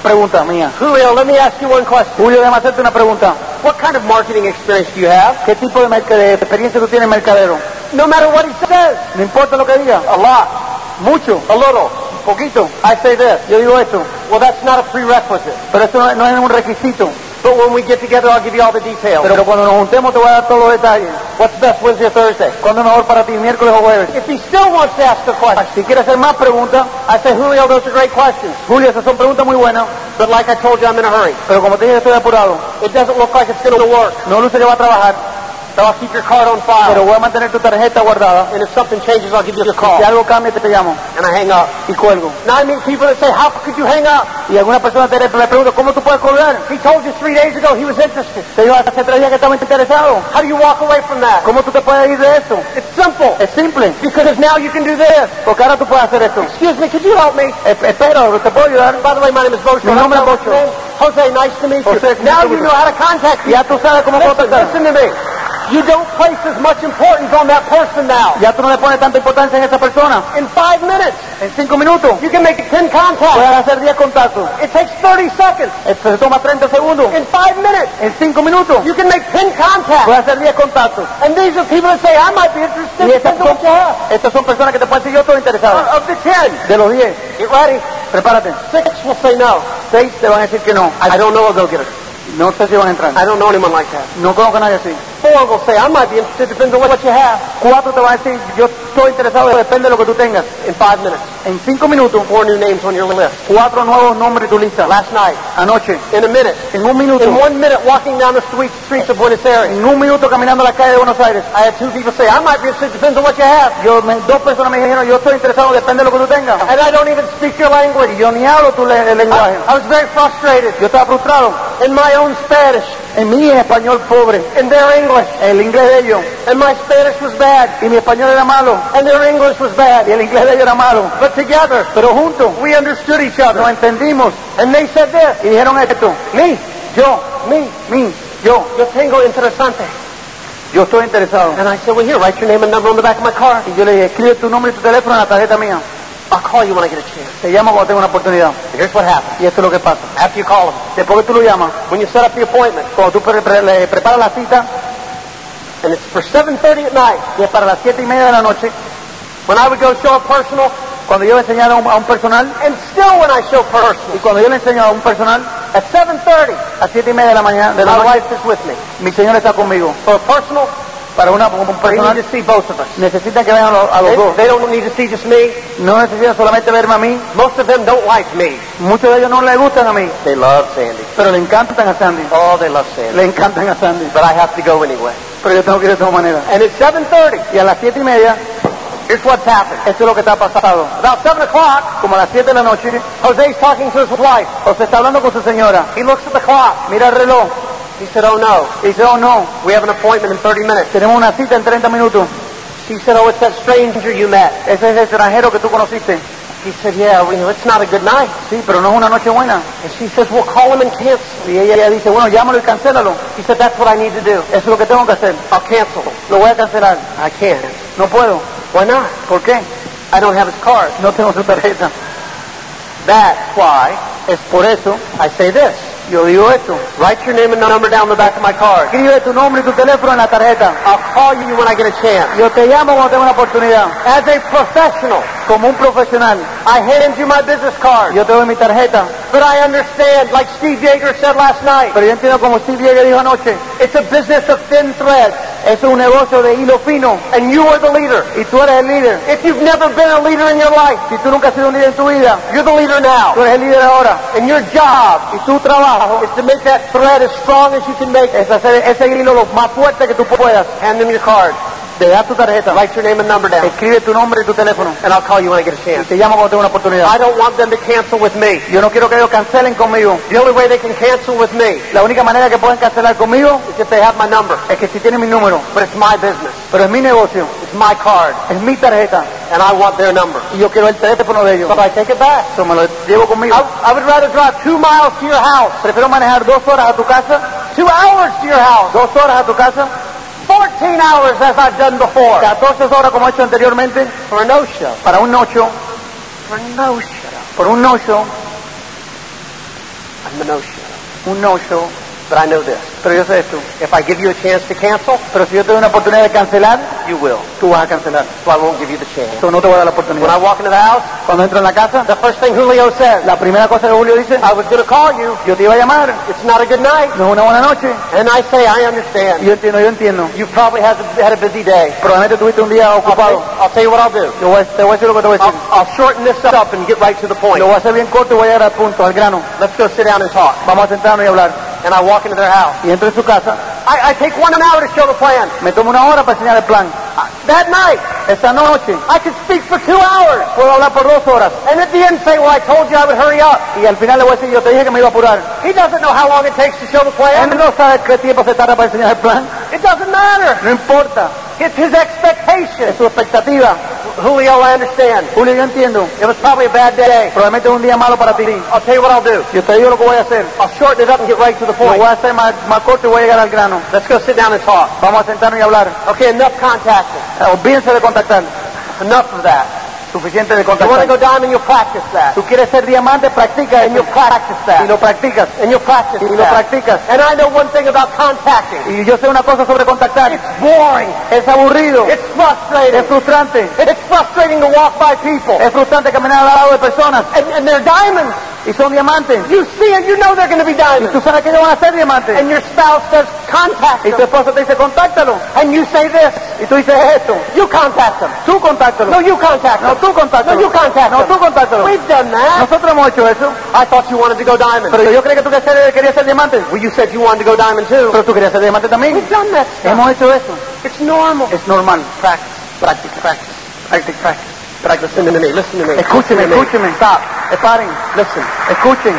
[SPEAKER 4] preguntas mías.
[SPEAKER 2] Julio, let me ask you one question.
[SPEAKER 4] Julio, déjame hacerte una pregunta.
[SPEAKER 2] What kind of marketing experience do you have?
[SPEAKER 4] ¿Qué tipo de, merca- de experiencia tú tienes en mercadero?
[SPEAKER 2] No matter what he says.
[SPEAKER 4] No importa lo que diga.
[SPEAKER 2] A lot.
[SPEAKER 4] Mucho,
[SPEAKER 2] A little.
[SPEAKER 4] poquito.
[SPEAKER 2] I say this.
[SPEAKER 4] Yo digo esto.
[SPEAKER 2] Well, that's not a prerequisite.
[SPEAKER 4] Pero esto no, no es un requisito.
[SPEAKER 2] But when we get together, I'll give you all the details.
[SPEAKER 4] Pero cuando nos juntemos te voy a dar todos los detalles.
[SPEAKER 2] What's best Wednesday or Thursday?
[SPEAKER 4] ¿Cuándo es mejor para ti? ¿Miércoles o jueves?
[SPEAKER 2] If he still wants to ask the question,
[SPEAKER 4] Si quieres hacer más preguntas,
[SPEAKER 2] I say, Julio, those are great questions.
[SPEAKER 4] Julio, esas son preguntas muy buenas.
[SPEAKER 2] But like I told you, I'm in a hurry.
[SPEAKER 4] Pero como te dije, estoy apurado.
[SPEAKER 2] It doesn't look like it's going to work.
[SPEAKER 4] No luce que va a trabajar.
[SPEAKER 2] So I'll keep your card on file.
[SPEAKER 4] Pero voy a mantener tu tarjeta guardada.
[SPEAKER 2] And if something changes, I'll give you a
[SPEAKER 4] Si
[SPEAKER 2] call.
[SPEAKER 4] algo cambia, te, te llamo.
[SPEAKER 2] And I hang up.
[SPEAKER 4] Y cuelgo.
[SPEAKER 2] Now I meet people that say, how could you hang up?
[SPEAKER 4] Y alguna persona te le pregunta, ¿cómo tú puedes colgar?
[SPEAKER 2] He told you three days ago he was interested.
[SPEAKER 4] Te digo, hace tres días que estamos interesados.
[SPEAKER 2] How do you walk away from that?
[SPEAKER 4] ¿Cómo tú te puedes ir de esto?
[SPEAKER 2] It's simple.
[SPEAKER 4] Es simple.
[SPEAKER 2] Because now you can do this.
[SPEAKER 4] Porque ahora tú puedes hacer esto.
[SPEAKER 2] Excuse me, could you help me?
[SPEAKER 4] Es- Espero, ¿te puedo ayudar?
[SPEAKER 2] By the way, my name is Bocho.
[SPEAKER 4] Mi nombre es
[SPEAKER 2] What's your
[SPEAKER 4] Bocho.
[SPEAKER 2] name? Jose, nice to meet you.
[SPEAKER 4] Jose,
[SPEAKER 2] now
[SPEAKER 4] mucho
[SPEAKER 2] you
[SPEAKER 4] gusto.
[SPEAKER 2] know how to contact me.
[SPEAKER 4] Ya tú sabes cómo
[SPEAKER 2] Listen,
[SPEAKER 4] contactar.
[SPEAKER 2] listen to me. You don't place as much importance on that person now.
[SPEAKER 4] Ya tú no le pones tanta importancia en esa persona.
[SPEAKER 2] In five minutes,
[SPEAKER 4] En cinco minutos
[SPEAKER 2] you can make ten contacts.
[SPEAKER 4] puedes hacer diez contactos.
[SPEAKER 2] It takes 30 seconds.
[SPEAKER 4] Esto se toma 30 segundos.
[SPEAKER 2] In five minutes,
[SPEAKER 4] En cinco minutos
[SPEAKER 2] you can make ten contacts.
[SPEAKER 4] puedes hacer diez contactos.
[SPEAKER 2] And these are people that say, I might be interested.
[SPEAKER 4] Y estas
[SPEAKER 2] Depends on
[SPEAKER 4] son,
[SPEAKER 2] what you have.
[SPEAKER 4] estas son personas que te pueden decir yo estoy interesado.
[SPEAKER 2] Of the ten,
[SPEAKER 4] De los diez,
[SPEAKER 2] get ready.
[SPEAKER 4] prepárate.
[SPEAKER 2] Six will say no.
[SPEAKER 4] Seis te van a decir que no.
[SPEAKER 2] I don't know a go-getter.
[SPEAKER 4] No sé si van a entrar.
[SPEAKER 2] I don't know anyone like that.
[SPEAKER 4] No conozco a nadie así.
[SPEAKER 2] Four will say, I might be interested. Depends on what you have.
[SPEAKER 4] Cuatro te van a decir yo estoy interesado, depende de lo que tú tengas.
[SPEAKER 2] In five minutes,
[SPEAKER 4] En cinco minutos,
[SPEAKER 2] four new names on your list.
[SPEAKER 4] cuatro nuevos nombres de tu lista.
[SPEAKER 2] Last night,
[SPEAKER 4] Anoche,
[SPEAKER 2] in a minute,
[SPEAKER 4] en un minuto,
[SPEAKER 2] in one minute, walking down the street, streets of Buenos Aires,
[SPEAKER 4] en un minuto caminando la calle de Buenos Aires.
[SPEAKER 2] I had two people say, I might be interested, depends on what you have.
[SPEAKER 4] Yo, me- dos personas me dijeron, yo estoy interesado, depende de lo que tú tengas.
[SPEAKER 2] And I don't even speak your language.
[SPEAKER 4] Y yo ni hablo tu le- el
[SPEAKER 2] I,
[SPEAKER 4] lenguaje.
[SPEAKER 2] I was very frustrated
[SPEAKER 4] Yo estaba frustrado
[SPEAKER 2] in my own Spanish,
[SPEAKER 4] en mi español pobre,
[SPEAKER 2] in their English,
[SPEAKER 4] el inglés de ellos.
[SPEAKER 2] and my Spanish was bad,
[SPEAKER 4] Y mi español era malo,
[SPEAKER 2] and their English was bad.
[SPEAKER 4] y el inglés de ellos era malo.
[SPEAKER 2] But together,
[SPEAKER 4] Pero juntos
[SPEAKER 2] we understood each
[SPEAKER 4] nos
[SPEAKER 2] other.
[SPEAKER 4] entendimos
[SPEAKER 2] And they said this,
[SPEAKER 4] y dijeron esto.
[SPEAKER 2] me,
[SPEAKER 4] Yo,
[SPEAKER 2] me,
[SPEAKER 4] mi, yo,
[SPEAKER 2] yo tengo interesante.
[SPEAKER 4] yo estoy interesado.
[SPEAKER 2] And I said, well, here, write your name and number on the back of my car.
[SPEAKER 4] Y yo le dije, escribe tu nombre y tu teléfono en la tarjeta mía.
[SPEAKER 2] I'll call you when I get a chance.
[SPEAKER 4] Te llamo cuando tenga una oportunidad.
[SPEAKER 2] And here's what happened.
[SPEAKER 4] Y esto es lo que pasa.
[SPEAKER 2] After you call them,
[SPEAKER 4] Después que tú lo llamas,
[SPEAKER 2] when you set up the appointment,
[SPEAKER 4] cuando tú pre- pre- le preparas la cita,
[SPEAKER 2] and it's for 7.30 at night,
[SPEAKER 4] y es para las siete y media de la noche,
[SPEAKER 2] when I would go show a personal,
[SPEAKER 4] cuando yo le enseñara a un, a un personal,
[SPEAKER 2] and still when I show
[SPEAKER 4] y
[SPEAKER 2] personal,
[SPEAKER 4] cuando yo le enseño a un personal,
[SPEAKER 2] at 7.30,
[SPEAKER 4] a siete y media de la mañana, de la
[SPEAKER 2] my
[SPEAKER 4] noche,
[SPEAKER 2] wife is with me.
[SPEAKER 4] mi señor está conmigo.
[SPEAKER 2] For a personal,
[SPEAKER 4] Para una, un
[SPEAKER 2] they need
[SPEAKER 4] personal,
[SPEAKER 2] to see both of us.
[SPEAKER 4] necesitan que vean a los, a los
[SPEAKER 2] They,
[SPEAKER 4] dos.
[SPEAKER 2] they don't need to see just me.
[SPEAKER 4] No necesitan solamente verme a mí.
[SPEAKER 2] Most of them don't like me.
[SPEAKER 4] Muchos de ellos no le gustan a mí,
[SPEAKER 2] They love Sandy.
[SPEAKER 4] pero le encantan a Sandy.
[SPEAKER 2] Oh, they love Sandy.
[SPEAKER 4] Le encantan a Sandy.
[SPEAKER 2] But I have to go anyway.
[SPEAKER 4] Pero yo tengo que ir de todas maneras.
[SPEAKER 2] And at 7.30,
[SPEAKER 4] Y a las siete y media,
[SPEAKER 2] here's what's happened.
[SPEAKER 4] esto es lo que está pasado.
[SPEAKER 2] About 7 o'clock,
[SPEAKER 4] Como a las siete de la noche,
[SPEAKER 2] Jose's talking to his wife.
[SPEAKER 4] José está hablando con su señora.
[SPEAKER 2] He looks at the clock.
[SPEAKER 4] Mira el reloj.
[SPEAKER 2] He said, oh no,
[SPEAKER 4] Y dice, oh no,
[SPEAKER 2] we have an appointment in 30 minutes.
[SPEAKER 4] tenemos una cita en 30 minutos.
[SPEAKER 2] She said, oh, it's that stranger you met.
[SPEAKER 4] Ese es el extranjero que tú conociste.
[SPEAKER 2] He said, yeah, well, you know, it's not a good night.
[SPEAKER 4] Sí, pero no es una noche buena.
[SPEAKER 2] And she says, we'll call him and cancel.
[SPEAKER 4] Y ella ya dice, bueno, llámalo y cancélalo.
[SPEAKER 2] He said, that's what I need to do.
[SPEAKER 4] Eso es lo que tengo que hacer.
[SPEAKER 2] I'll cancel him.
[SPEAKER 4] Lo voy a cancelar.
[SPEAKER 2] I can't.
[SPEAKER 4] No puedo.
[SPEAKER 2] Why not?
[SPEAKER 4] ¿Por qué?
[SPEAKER 2] I don't have his card.
[SPEAKER 4] No tengo su tarjeta.
[SPEAKER 2] That's why
[SPEAKER 4] Es por eso,
[SPEAKER 2] I say this.
[SPEAKER 4] yo digo esto.
[SPEAKER 2] Write your name and number down the back of my card.
[SPEAKER 4] Escribe tu nombre y tu teléfono en la tarjeta.
[SPEAKER 2] I'll call you when I get a chance.
[SPEAKER 4] Yo te llamo cuando tenga una oportunidad.
[SPEAKER 2] As a professional,
[SPEAKER 4] Como un profesional,
[SPEAKER 2] I hand you my business card.
[SPEAKER 4] yo te doy mi tarjeta.
[SPEAKER 2] But I understand, like Steve Yeager said last night,
[SPEAKER 4] Pero yo entiendo como Steve Yeager dijo anoche,
[SPEAKER 2] it's a business of thin threads,
[SPEAKER 4] es un negocio de hilo fino
[SPEAKER 2] and you are the leader.
[SPEAKER 4] y tú eres el líder.
[SPEAKER 2] If you've never been a leader in your life,
[SPEAKER 4] Si tú nunca has sido un líder en tu vida,
[SPEAKER 2] you're the leader
[SPEAKER 4] tú
[SPEAKER 2] now.
[SPEAKER 4] eres el líder ahora.
[SPEAKER 2] And your job
[SPEAKER 4] Y tu trabajo
[SPEAKER 2] is to make that thread as strong as you can make it.
[SPEAKER 4] es hacer ese hilo lo más fuerte que tú puedas.
[SPEAKER 2] Hand them your card.
[SPEAKER 4] Te da tu tarjeta.
[SPEAKER 2] Write your name and number down.
[SPEAKER 4] Escribe tu nombre y tu teléfono.
[SPEAKER 2] And I'll call you when I get a
[SPEAKER 4] Y
[SPEAKER 2] chance.
[SPEAKER 4] te llamo cuando tenga una oportunidad.
[SPEAKER 2] I don't want them to cancel with me.
[SPEAKER 4] Yo no quiero que ellos cancelen conmigo.
[SPEAKER 2] The only way they can cancel with me
[SPEAKER 4] La única manera que pueden cancelar conmigo
[SPEAKER 2] is if they have my number.
[SPEAKER 4] es que si tienen mi número.
[SPEAKER 2] But it's my business.
[SPEAKER 4] Pero es mi negocio,
[SPEAKER 2] It's my card.
[SPEAKER 4] es mi tarjeta.
[SPEAKER 2] And I want their number.
[SPEAKER 4] Y yo quiero el teléfono de ellos.
[SPEAKER 2] But I take it back.
[SPEAKER 4] Eso me lo llevo conmigo.
[SPEAKER 2] I, I would rather drive two miles to your house,
[SPEAKER 4] Prefiero manejar dos horas a tu casa,
[SPEAKER 2] two hours to your house,
[SPEAKER 4] dos horas a tu casa,
[SPEAKER 2] 14 hours as I've done before.
[SPEAKER 4] 14 horas como he hecho anteriormente,
[SPEAKER 2] For no show.
[SPEAKER 4] para un nocho,
[SPEAKER 2] For no show.
[SPEAKER 4] por un nocho,
[SPEAKER 2] I'm a no show.
[SPEAKER 4] un nocho.
[SPEAKER 2] But I know this.
[SPEAKER 4] Pero yo sé esto.
[SPEAKER 2] If I give you a chance to cancel,
[SPEAKER 4] Pero si yo te doy una oportunidad de cancelar,
[SPEAKER 2] you will.
[SPEAKER 4] tú vas a cancelar.
[SPEAKER 2] So I won't give you the chance.
[SPEAKER 4] Eso no te voy a dar la
[SPEAKER 2] When
[SPEAKER 4] oportunidad.
[SPEAKER 2] I walk into the house,
[SPEAKER 4] Cuando entro en la casa,
[SPEAKER 2] the first thing Julio says,
[SPEAKER 4] la primera cosa que Julio dice,
[SPEAKER 2] I was going to call you.
[SPEAKER 4] yo te iba a llamar,
[SPEAKER 2] It's not a good night.
[SPEAKER 4] no es una buena noche.
[SPEAKER 2] And I say, I
[SPEAKER 4] Y
[SPEAKER 2] understand.
[SPEAKER 4] yo entiendo, yo entiendo.
[SPEAKER 2] You probably had, had a busy day.
[SPEAKER 4] Probablemente tuviste un día
[SPEAKER 2] I'll tell,
[SPEAKER 4] ocupado.
[SPEAKER 2] I'll tell you what I'll do.
[SPEAKER 4] Yo voy a- te voy a decir lo que te voy a decir.
[SPEAKER 2] I'll, I'll shorten this up and get right to the point.
[SPEAKER 4] Lo voy a hacer bien corto y voy a llegar al punto, al grano.
[SPEAKER 2] Let's go sit down and talk.
[SPEAKER 4] Vamos a sentarnos y hablar.
[SPEAKER 2] And I walk into their house.
[SPEAKER 4] Y entro en su casa,
[SPEAKER 2] I, I take one an hour to show the plan.
[SPEAKER 4] me tomo una hora para enseñar el plan.
[SPEAKER 2] That night,
[SPEAKER 4] Esta noche
[SPEAKER 2] I could speak for two hours.
[SPEAKER 4] puedo hablar por dos horas.
[SPEAKER 2] And at the end say, well, I told you I would hurry up.
[SPEAKER 4] Y al final le voy a decir, yo te dije que me iba a apurar.
[SPEAKER 2] He doesn't know how long it takes to show the plan.
[SPEAKER 4] Él no sabe qué tiempo se tarda para enseñar el plan.
[SPEAKER 2] It doesn't matter.
[SPEAKER 4] No importa.
[SPEAKER 2] It's his
[SPEAKER 4] Es
[SPEAKER 2] expectation.
[SPEAKER 4] su expectativa.
[SPEAKER 2] Julio, I understand.
[SPEAKER 4] Julio, yo entiendo.
[SPEAKER 2] It was probably a bad day.
[SPEAKER 4] Probablemente es un día malo para ti.
[SPEAKER 2] I'll tell you what I'll do.
[SPEAKER 4] Yo te digo lo que voy a hacer.
[SPEAKER 2] I'll shorten it up and get right to the
[SPEAKER 4] Lo
[SPEAKER 2] point.
[SPEAKER 4] voy a hacer más, más corto y voy a llegar al grano.
[SPEAKER 2] Let's go sit down and talk.
[SPEAKER 4] Vamos a sentarnos y hablar.
[SPEAKER 2] Okay, enough contacting.
[SPEAKER 4] Olvídense de contactar.
[SPEAKER 2] Enough of that.
[SPEAKER 4] Suficiente de
[SPEAKER 2] You want to go
[SPEAKER 4] contactar.
[SPEAKER 2] diamond, you'll practice that.
[SPEAKER 4] Tú quieres ser diamante, practica
[SPEAKER 2] And
[SPEAKER 4] ello.
[SPEAKER 2] you'll practice
[SPEAKER 4] Y
[SPEAKER 2] that.
[SPEAKER 4] lo practicas.
[SPEAKER 2] And you'll practice
[SPEAKER 4] Y lo
[SPEAKER 2] that.
[SPEAKER 4] practicas.
[SPEAKER 2] And I know one thing about contacting.
[SPEAKER 4] Y yo sé una cosa sobre contactar.
[SPEAKER 2] It's boring.
[SPEAKER 4] Es aburrido.
[SPEAKER 2] It's frustrating.
[SPEAKER 4] Es frustrante.
[SPEAKER 2] It's frustrating to walk by people.
[SPEAKER 4] Es frustrante caminar al lado de personas.
[SPEAKER 2] And, and they're diamonds.
[SPEAKER 4] y son diamantes.
[SPEAKER 2] You see it, you know they're going to be
[SPEAKER 4] Y
[SPEAKER 2] diamonds.
[SPEAKER 4] tú sabes que ellos van a ser diamantes.
[SPEAKER 2] And your spouse says, contact
[SPEAKER 4] Y tu
[SPEAKER 2] them.
[SPEAKER 4] esposo te dice, contáctalo.
[SPEAKER 2] And you say this,
[SPEAKER 4] Y tú dices esto.
[SPEAKER 2] you contact them.
[SPEAKER 4] Tú contáctalo.
[SPEAKER 2] No, you contact
[SPEAKER 4] No,
[SPEAKER 2] them.
[SPEAKER 4] tú
[SPEAKER 2] No,
[SPEAKER 4] contáctalo.
[SPEAKER 2] you contact
[SPEAKER 4] No,
[SPEAKER 2] them.
[SPEAKER 4] tú contáctalo.
[SPEAKER 2] We've done that.
[SPEAKER 4] Nosotros hemos hecho eso.
[SPEAKER 2] I thought you wanted to go diamond.
[SPEAKER 4] Pero yo creí que tú querías ser, querías ser diamante.
[SPEAKER 2] Well, you said you wanted to go diamond too.
[SPEAKER 4] Pero tú querías ser diamante también.
[SPEAKER 2] We've done that stuff.
[SPEAKER 4] Hemos hecho eso.
[SPEAKER 2] It's normal.
[SPEAKER 4] Es normal.
[SPEAKER 2] practice, practice, practice, practice, practice. Practice. Listen to me, listen to me.
[SPEAKER 4] Escúcheme,
[SPEAKER 2] Listen to me.
[SPEAKER 4] escúcheme. Stop. Eh, Paren.
[SPEAKER 2] Listen.
[SPEAKER 4] Escuchen.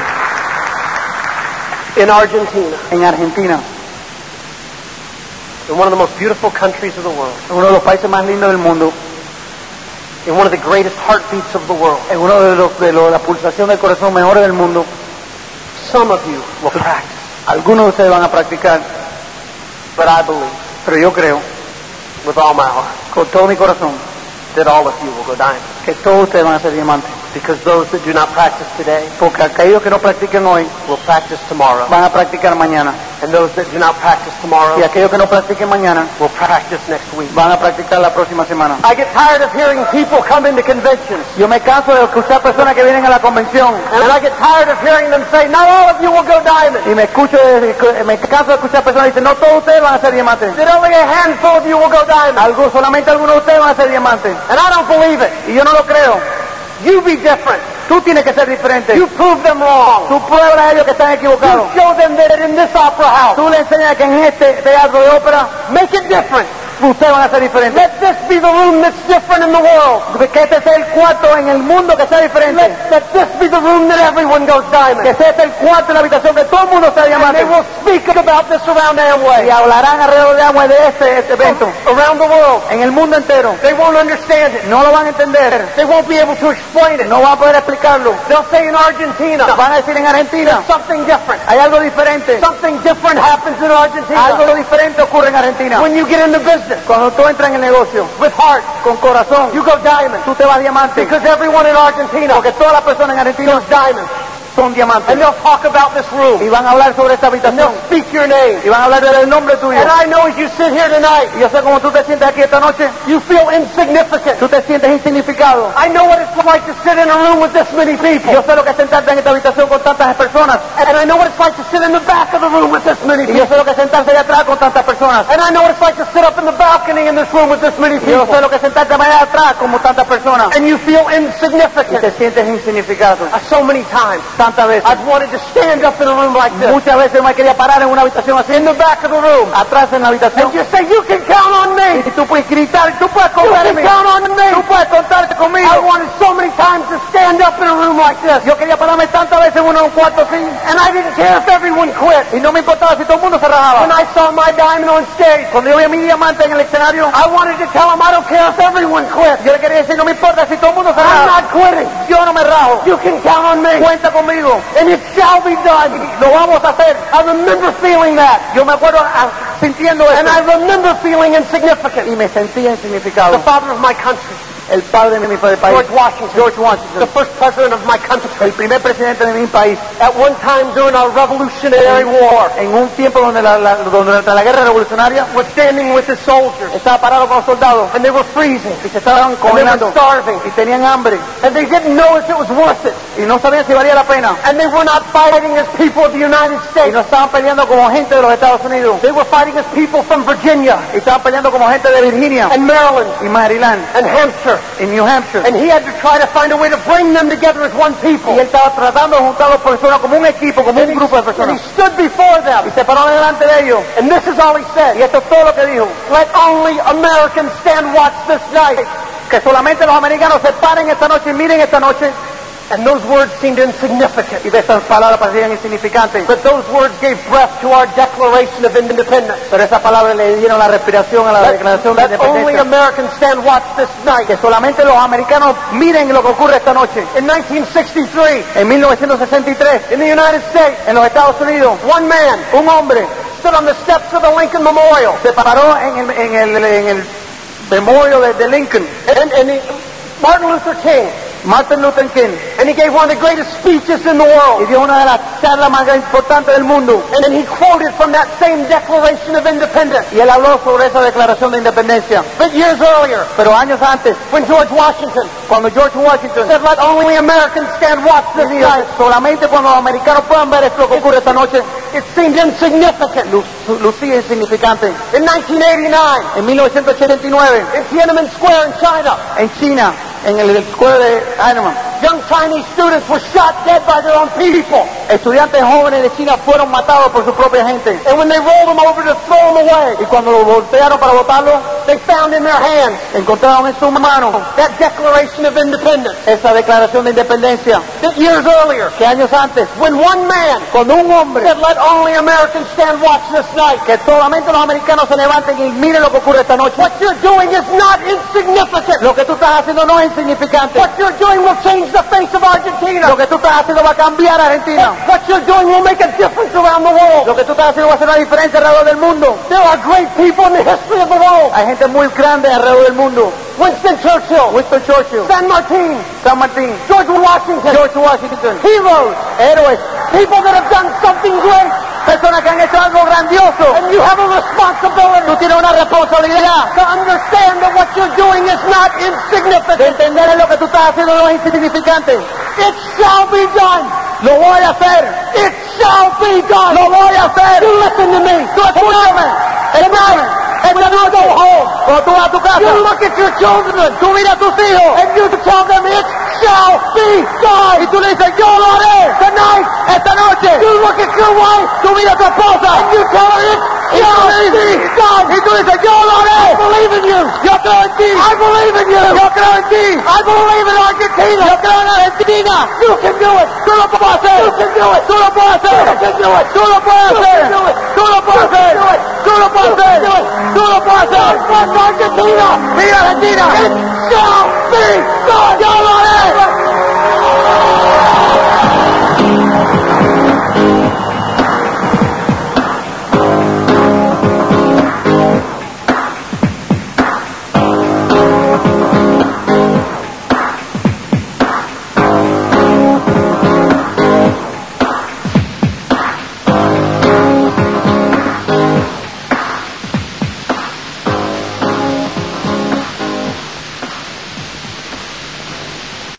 [SPEAKER 2] In Argentina,
[SPEAKER 4] En Argentina,
[SPEAKER 2] in one of the most beautiful countries of the world,
[SPEAKER 4] uno de los países más lindos del mundo,
[SPEAKER 2] in one of the greatest heartbeats of the world,
[SPEAKER 4] en uno de los de los- la pulsación del corazón mejores del mundo,
[SPEAKER 2] some of you will practice.
[SPEAKER 4] algunos de ustedes van a practicar,
[SPEAKER 2] But I believe,
[SPEAKER 4] pero yo creo,
[SPEAKER 2] with all my heart,
[SPEAKER 4] con todo mi corazón,
[SPEAKER 2] that all of you will go diamond.
[SPEAKER 4] que todos ustedes van a ser diamantes.
[SPEAKER 2] Because those that do not practice today
[SPEAKER 4] Porque aquellos que no practiquen hoy
[SPEAKER 2] will practice tomorrow.
[SPEAKER 4] van a practicar mañana.
[SPEAKER 2] And those that do not practice tomorrow
[SPEAKER 4] Y aquellos que no practiquen mañana
[SPEAKER 2] will practice next week.
[SPEAKER 4] van a practicar la próxima semana.
[SPEAKER 2] I get tired of hearing people come into conventions.
[SPEAKER 4] Yo me canso de escuchar personas que vienen a la convención
[SPEAKER 2] And I get tired of hearing them say, not all of you will go diamond.
[SPEAKER 4] y me escucho, me canso de escuchar personas que dicen, no todos ustedes van a ser diamantes.
[SPEAKER 2] That only a handful of you will go diamond.
[SPEAKER 4] Algo, solamente algunos de ustedes van a ser diamantes.
[SPEAKER 2] And I don't believe it.
[SPEAKER 4] Y yo no lo creo.
[SPEAKER 2] You be different.
[SPEAKER 4] Tú tienes que ser diferente.
[SPEAKER 2] You prove them wrong.
[SPEAKER 4] Tú pruebas a ellos que están
[SPEAKER 2] You
[SPEAKER 4] equivocados.
[SPEAKER 2] show them that in this opera house,
[SPEAKER 4] Tú le enseñas que en este teatro de ópera
[SPEAKER 2] make it different.
[SPEAKER 4] ustedes van a ser diferentes.
[SPEAKER 2] Let this be the room that's different in the world.
[SPEAKER 4] Que este sea el cuarto en el mundo que sea diferente.
[SPEAKER 2] Let, let this be the room that everyone goes
[SPEAKER 4] Que
[SPEAKER 2] diamond.
[SPEAKER 4] sea este el cuarto en la habitación que todo el mundo sea
[SPEAKER 2] And
[SPEAKER 4] diamante.
[SPEAKER 2] they will speak about this around
[SPEAKER 4] Y
[SPEAKER 2] Amway,
[SPEAKER 4] hablarán alrededor de agua de este, este evento.
[SPEAKER 2] Oh, around the world.
[SPEAKER 4] En el mundo entero.
[SPEAKER 2] They won't understand it.
[SPEAKER 4] No lo van a entender.
[SPEAKER 2] They won't be able to explain it.
[SPEAKER 4] No van a poder explicarlo.
[SPEAKER 2] They'll say in Argentina,
[SPEAKER 4] Van a decir en Argentina.
[SPEAKER 2] something different.
[SPEAKER 4] Hay algo diferente.
[SPEAKER 2] Something different happens in
[SPEAKER 4] Algo
[SPEAKER 2] Argentina.
[SPEAKER 4] diferente ocurre en Argentina.
[SPEAKER 2] When you get into business
[SPEAKER 4] Cuando tú entras en el negocio
[SPEAKER 2] with heart,
[SPEAKER 4] con corazón,
[SPEAKER 2] you go diamond.
[SPEAKER 4] tú te vas diamante.
[SPEAKER 2] Because everyone in Argentina
[SPEAKER 4] Porque todas las personas en Argentina
[SPEAKER 2] goes diamond.
[SPEAKER 4] son diamantes.
[SPEAKER 2] And they'll talk about this room.
[SPEAKER 4] y van a hablar sobre esta habitación
[SPEAKER 2] Speak your name.
[SPEAKER 4] y van a hablar del nombre tuyo.
[SPEAKER 2] And I know as you sit here tonight,
[SPEAKER 4] Y yo sé cómo tú te sientes aquí esta noche.
[SPEAKER 2] you feel insignificant.
[SPEAKER 4] Tú te sientes insignificado.
[SPEAKER 2] I know what it's like to sit in a room with this many
[SPEAKER 4] Yo
[SPEAKER 2] people.
[SPEAKER 4] sé lo que es sentarte en esta habitación con tantas personas.
[SPEAKER 2] And I know what it's like to sit in the back of the room with this many
[SPEAKER 4] Y yo
[SPEAKER 2] people.
[SPEAKER 4] sé lo que es sentarse allá atrás con tantas personas.
[SPEAKER 2] And I know what it's like to sit up in the balcony in this room with this many
[SPEAKER 4] Y yo sé
[SPEAKER 2] people.
[SPEAKER 4] lo que es sentarte allá atrás como tantas personas.
[SPEAKER 2] And you feel
[SPEAKER 4] Y te
[SPEAKER 2] insignificant.
[SPEAKER 4] sientes insignificado.
[SPEAKER 2] Uh, So many times
[SPEAKER 4] Tantas veces.
[SPEAKER 2] I've wanted to stand up in a room like this
[SPEAKER 4] Muchas veces me quería parar en una habitación así.
[SPEAKER 2] in the back of the room
[SPEAKER 4] Atrás en la
[SPEAKER 2] and
[SPEAKER 4] habitación.
[SPEAKER 2] just say, you can count on me.
[SPEAKER 4] Y tú puedes gritar, tú puedes
[SPEAKER 2] You
[SPEAKER 4] contar en
[SPEAKER 2] can
[SPEAKER 4] mí.
[SPEAKER 2] count on me.
[SPEAKER 4] Tú puedes contarte
[SPEAKER 2] I
[SPEAKER 4] conmigo.
[SPEAKER 2] wanted so many times to stand up in a room like this.
[SPEAKER 4] Yo quería pararme tantas veces en uno en un cuarto así.
[SPEAKER 2] And I didn't care if everyone quit.
[SPEAKER 4] Y no me importaba si todo el mundo se rajaba.
[SPEAKER 2] When I saw my diamond on stage,
[SPEAKER 4] Cuando yo vi a mi diamante en el escenario,
[SPEAKER 2] I wanted to tell him I don't care if everyone quit.
[SPEAKER 4] yo le quería decir, no me importa si todo el mundo se
[SPEAKER 2] I'm
[SPEAKER 4] raja,
[SPEAKER 2] not quitting.
[SPEAKER 4] yo no me rajo,
[SPEAKER 2] You can count on me.
[SPEAKER 4] cuenta conmigo,
[SPEAKER 2] And it shall be done.
[SPEAKER 4] lo vamos a hacer.
[SPEAKER 2] I remember feeling that.
[SPEAKER 4] Yo me acuerdo ah, sintiendo
[SPEAKER 2] And I
[SPEAKER 4] eso
[SPEAKER 2] remember feeling
[SPEAKER 4] y
[SPEAKER 2] insignificant.
[SPEAKER 4] me sentía insignificado.
[SPEAKER 2] The father of my country,
[SPEAKER 4] El padre de mi pa- país,
[SPEAKER 2] George Washington.
[SPEAKER 4] George
[SPEAKER 2] The
[SPEAKER 4] Washington,
[SPEAKER 2] first president of my country.
[SPEAKER 4] el primer presidente de mi país,
[SPEAKER 2] At one time during our Revolutionary War,
[SPEAKER 4] en un tiempo donde la, la- donde la- la guerra revolucionaria
[SPEAKER 2] was standing with his soldiers.
[SPEAKER 4] estaba parado con los soldados
[SPEAKER 2] And they were freezing.
[SPEAKER 4] y se estaban
[SPEAKER 2] And they were
[SPEAKER 4] congelando
[SPEAKER 2] starving.
[SPEAKER 4] y tenían hambre
[SPEAKER 2] And they didn't know if it was worth it.
[SPEAKER 4] y no sabían si valía la pena
[SPEAKER 2] And they were not fighting as people of the United
[SPEAKER 4] y
[SPEAKER 2] States.
[SPEAKER 4] no estaban peleando como gente de los Estados Unidos
[SPEAKER 2] They were fighting as people from Virginia
[SPEAKER 4] y estaban peleando como gente de Virginia
[SPEAKER 2] and Maryland
[SPEAKER 4] y Maryland
[SPEAKER 2] and Hampshire.
[SPEAKER 4] en New Hampshire.
[SPEAKER 2] And he had to try to find a way to bring them together as one
[SPEAKER 4] Y él
[SPEAKER 2] people.
[SPEAKER 4] estaba tratando de juntar a las personas como un equipo, como un grupo de
[SPEAKER 2] And
[SPEAKER 4] personas.
[SPEAKER 2] he stood before
[SPEAKER 4] Y
[SPEAKER 2] them.
[SPEAKER 4] se paró delante de ellos.
[SPEAKER 2] And this is all he
[SPEAKER 4] Y
[SPEAKER 2] said.
[SPEAKER 4] esto es todo lo que dijo.
[SPEAKER 2] Let only Americans stand watch this night.
[SPEAKER 4] Que solamente los americanos se paren esta noche y miren esta noche.
[SPEAKER 2] And those words seemed insignificant.
[SPEAKER 4] Y de esas palabras parecían insignificantes.
[SPEAKER 2] But those words gave breath to our Declaration of Independence.
[SPEAKER 4] Pero esas palabras le dieron la respiración a la
[SPEAKER 2] Let,
[SPEAKER 4] declaración de
[SPEAKER 2] let only
[SPEAKER 4] independencia.
[SPEAKER 2] Americans stand watch this night.
[SPEAKER 4] Que solamente los americanos miren lo que ocurre esta noche.
[SPEAKER 2] In 1963,
[SPEAKER 4] En 1963,
[SPEAKER 2] in the United States,
[SPEAKER 4] en los Estados Unidos,
[SPEAKER 2] one man
[SPEAKER 4] un hombre
[SPEAKER 2] stood on the steps of the Lincoln Memorial.
[SPEAKER 4] se paró en el, en el, en el memorial de, de Lincoln.
[SPEAKER 2] And, and he- Martin Luther King Martin Luther King.
[SPEAKER 4] And he gave one of the greatest speeches in the world.
[SPEAKER 2] Y dio una de las charlas más importantes del mundo.
[SPEAKER 4] And then he quoted from that same Declaration of Independence.
[SPEAKER 2] Y él habló sobre esa declaración de independencia.
[SPEAKER 4] But years earlier,
[SPEAKER 2] Pero años antes,
[SPEAKER 4] when George Washington
[SPEAKER 2] cuando George Washington
[SPEAKER 4] said, let only Americans stand watch this
[SPEAKER 2] decía,
[SPEAKER 4] night,
[SPEAKER 2] solamente cuando los americanos puedan ver esto que ocurre esta noche,
[SPEAKER 4] it seemed insignificant.
[SPEAKER 2] lu- su- lucía insignificante.
[SPEAKER 4] In 1989,
[SPEAKER 2] En 1989,
[SPEAKER 4] in Tiananmen Square in China,
[SPEAKER 2] en China, en el escuela de Heinemann,
[SPEAKER 4] young Chinese students were shot dead by their own people.
[SPEAKER 2] estudiantes jóvenes de China fueron matados por su propia gente.
[SPEAKER 4] And when they rolled them over to throw them
[SPEAKER 2] Y
[SPEAKER 4] away,
[SPEAKER 2] cuando lo voltearon para botarlo,
[SPEAKER 4] they found in their hands
[SPEAKER 2] encontraron en su mano
[SPEAKER 4] that Declaration of Independence.
[SPEAKER 2] esa declaración de independencia.
[SPEAKER 4] That years earlier,
[SPEAKER 2] Que años antes,
[SPEAKER 4] when one man
[SPEAKER 2] cuando un hombre
[SPEAKER 4] said, let only Americans stand watch this night,
[SPEAKER 2] que solamente los americanos se levanten y miren lo que ocurre esta noche.
[SPEAKER 4] what you're doing is not insignificant.
[SPEAKER 2] Lo que tú estás haciendo no es insignificante.
[SPEAKER 4] What you're doing will change the face of Argentina.
[SPEAKER 2] Lo que tú estás haciendo va a cambiar a Argentina.
[SPEAKER 4] What you're doing will make a difference around the world.
[SPEAKER 2] Lo que tú estás haciendo va a hacer una diferencia alrededor del mundo.
[SPEAKER 4] There are great people in the history of the world.
[SPEAKER 2] Hay gente muy grande alrededor del mundo.
[SPEAKER 4] Winston Churchill,
[SPEAKER 2] Winston Churchill,
[SPEAKER 4] San Martin,
[SPEAKER 2] San Martín,
[SPEAKER 4] George Washington,
[SPEAKER 2] George Washington,
[SPEAKER 4] heroes,
[SPEAKER 2] héroes,
[SPEAKER 4] people that have done something great,
[SPEAKER 2] personas que han hecho algo grandioso.
[SPEAKER 4] and you have a
[SPEAKER 2] Tú
[SPEAKER 4] responsibility
[SPEAKER 2] tienes una responsabilidad
[SPEAKER 4] to understand that what you're doing is not
[SPEAKER 2] de
[SPEAKER 4] insignificant.
[SPEAKER 2] entender lo que tú estás haciendo no es insignificante.
[SPEAKER 4] It shall be done.
[SPEAKER 2] Lo voy a hacer,
[SPEAKER 4] It shall be done.
[SPEAKER 2] lo voy a hacer.
[SPEAKER 4] You listen to me.
[SPEAKER 2] Tú escúchame, escúchame.
[SPEAKER 4] Tonight, when you go home,
[SPEAKER 2] Cuando tú vas a tu
[SPEAKER 4] you
[SPEAKER 2] casa,
[SPEAKER 4] look at your children
[SPEAKER 2] tú mira a tus hijos
[SPEAKER 4] and you tell them it shall be
[SPEAKER 2] y
[SPEAKER 4] done.
[SPEAKER 2] tú le dices, yo lo haré.
[SPEAKER 4] Tonight,
[SPEAKER 2] Esta noche,
[SPEAKER 4] you look at your wife
[SPEAKER 2] tú mira a tu esposa
[SPEAKER 4] and you tell her it shall be done.
[SPEAKER 2] y tú dices, yo lo
[SPEAKER 4] I
[SPEAKER 2] haré.
[SPEAKER 4] believe in you.
[SPEAKER 2] Yo creo en ti.
[SPEAKER 4] I believe in you.
[SPEAKER 2] Yo creo en ti.
[SPEAKER 4] I believe in Argentina.
[SPEAKER 2] Yo creo en Argentina.
[SPEAKER 4] You can do it.
[SPEAKER 2] Tú lo puedes hacer.
[SPEAKER 4] You can do it.
[SPEAKER 2] Tú lo puedes
[SPEAKER 4] You
[SPEAKER 2] hacer.
[SPEAKER 4] can do it.
[SPEAKER 2] Tú lo puedes
[SPEAKER 4] You
[SPEAKER 2] hacer.
[SPEAKER 4] can do it.
[SPEAKER 2] Tú lo puedes hacer.
[SPEAKER 4] You can do it.
[SPEAKER 2] Tú lo puedes
[SPEAKER 4] You can
[SPEAKER 2] hacer.
[SPEAKER 4] do it.
[SPEAKER 2] Tú lo puedes hacer.
[SPEAKER 4] Argentina.
[SPEAKER 2] Mira Argentina.
[SPEAKER 4] It shall be done.
[SPEAKER 2] Yo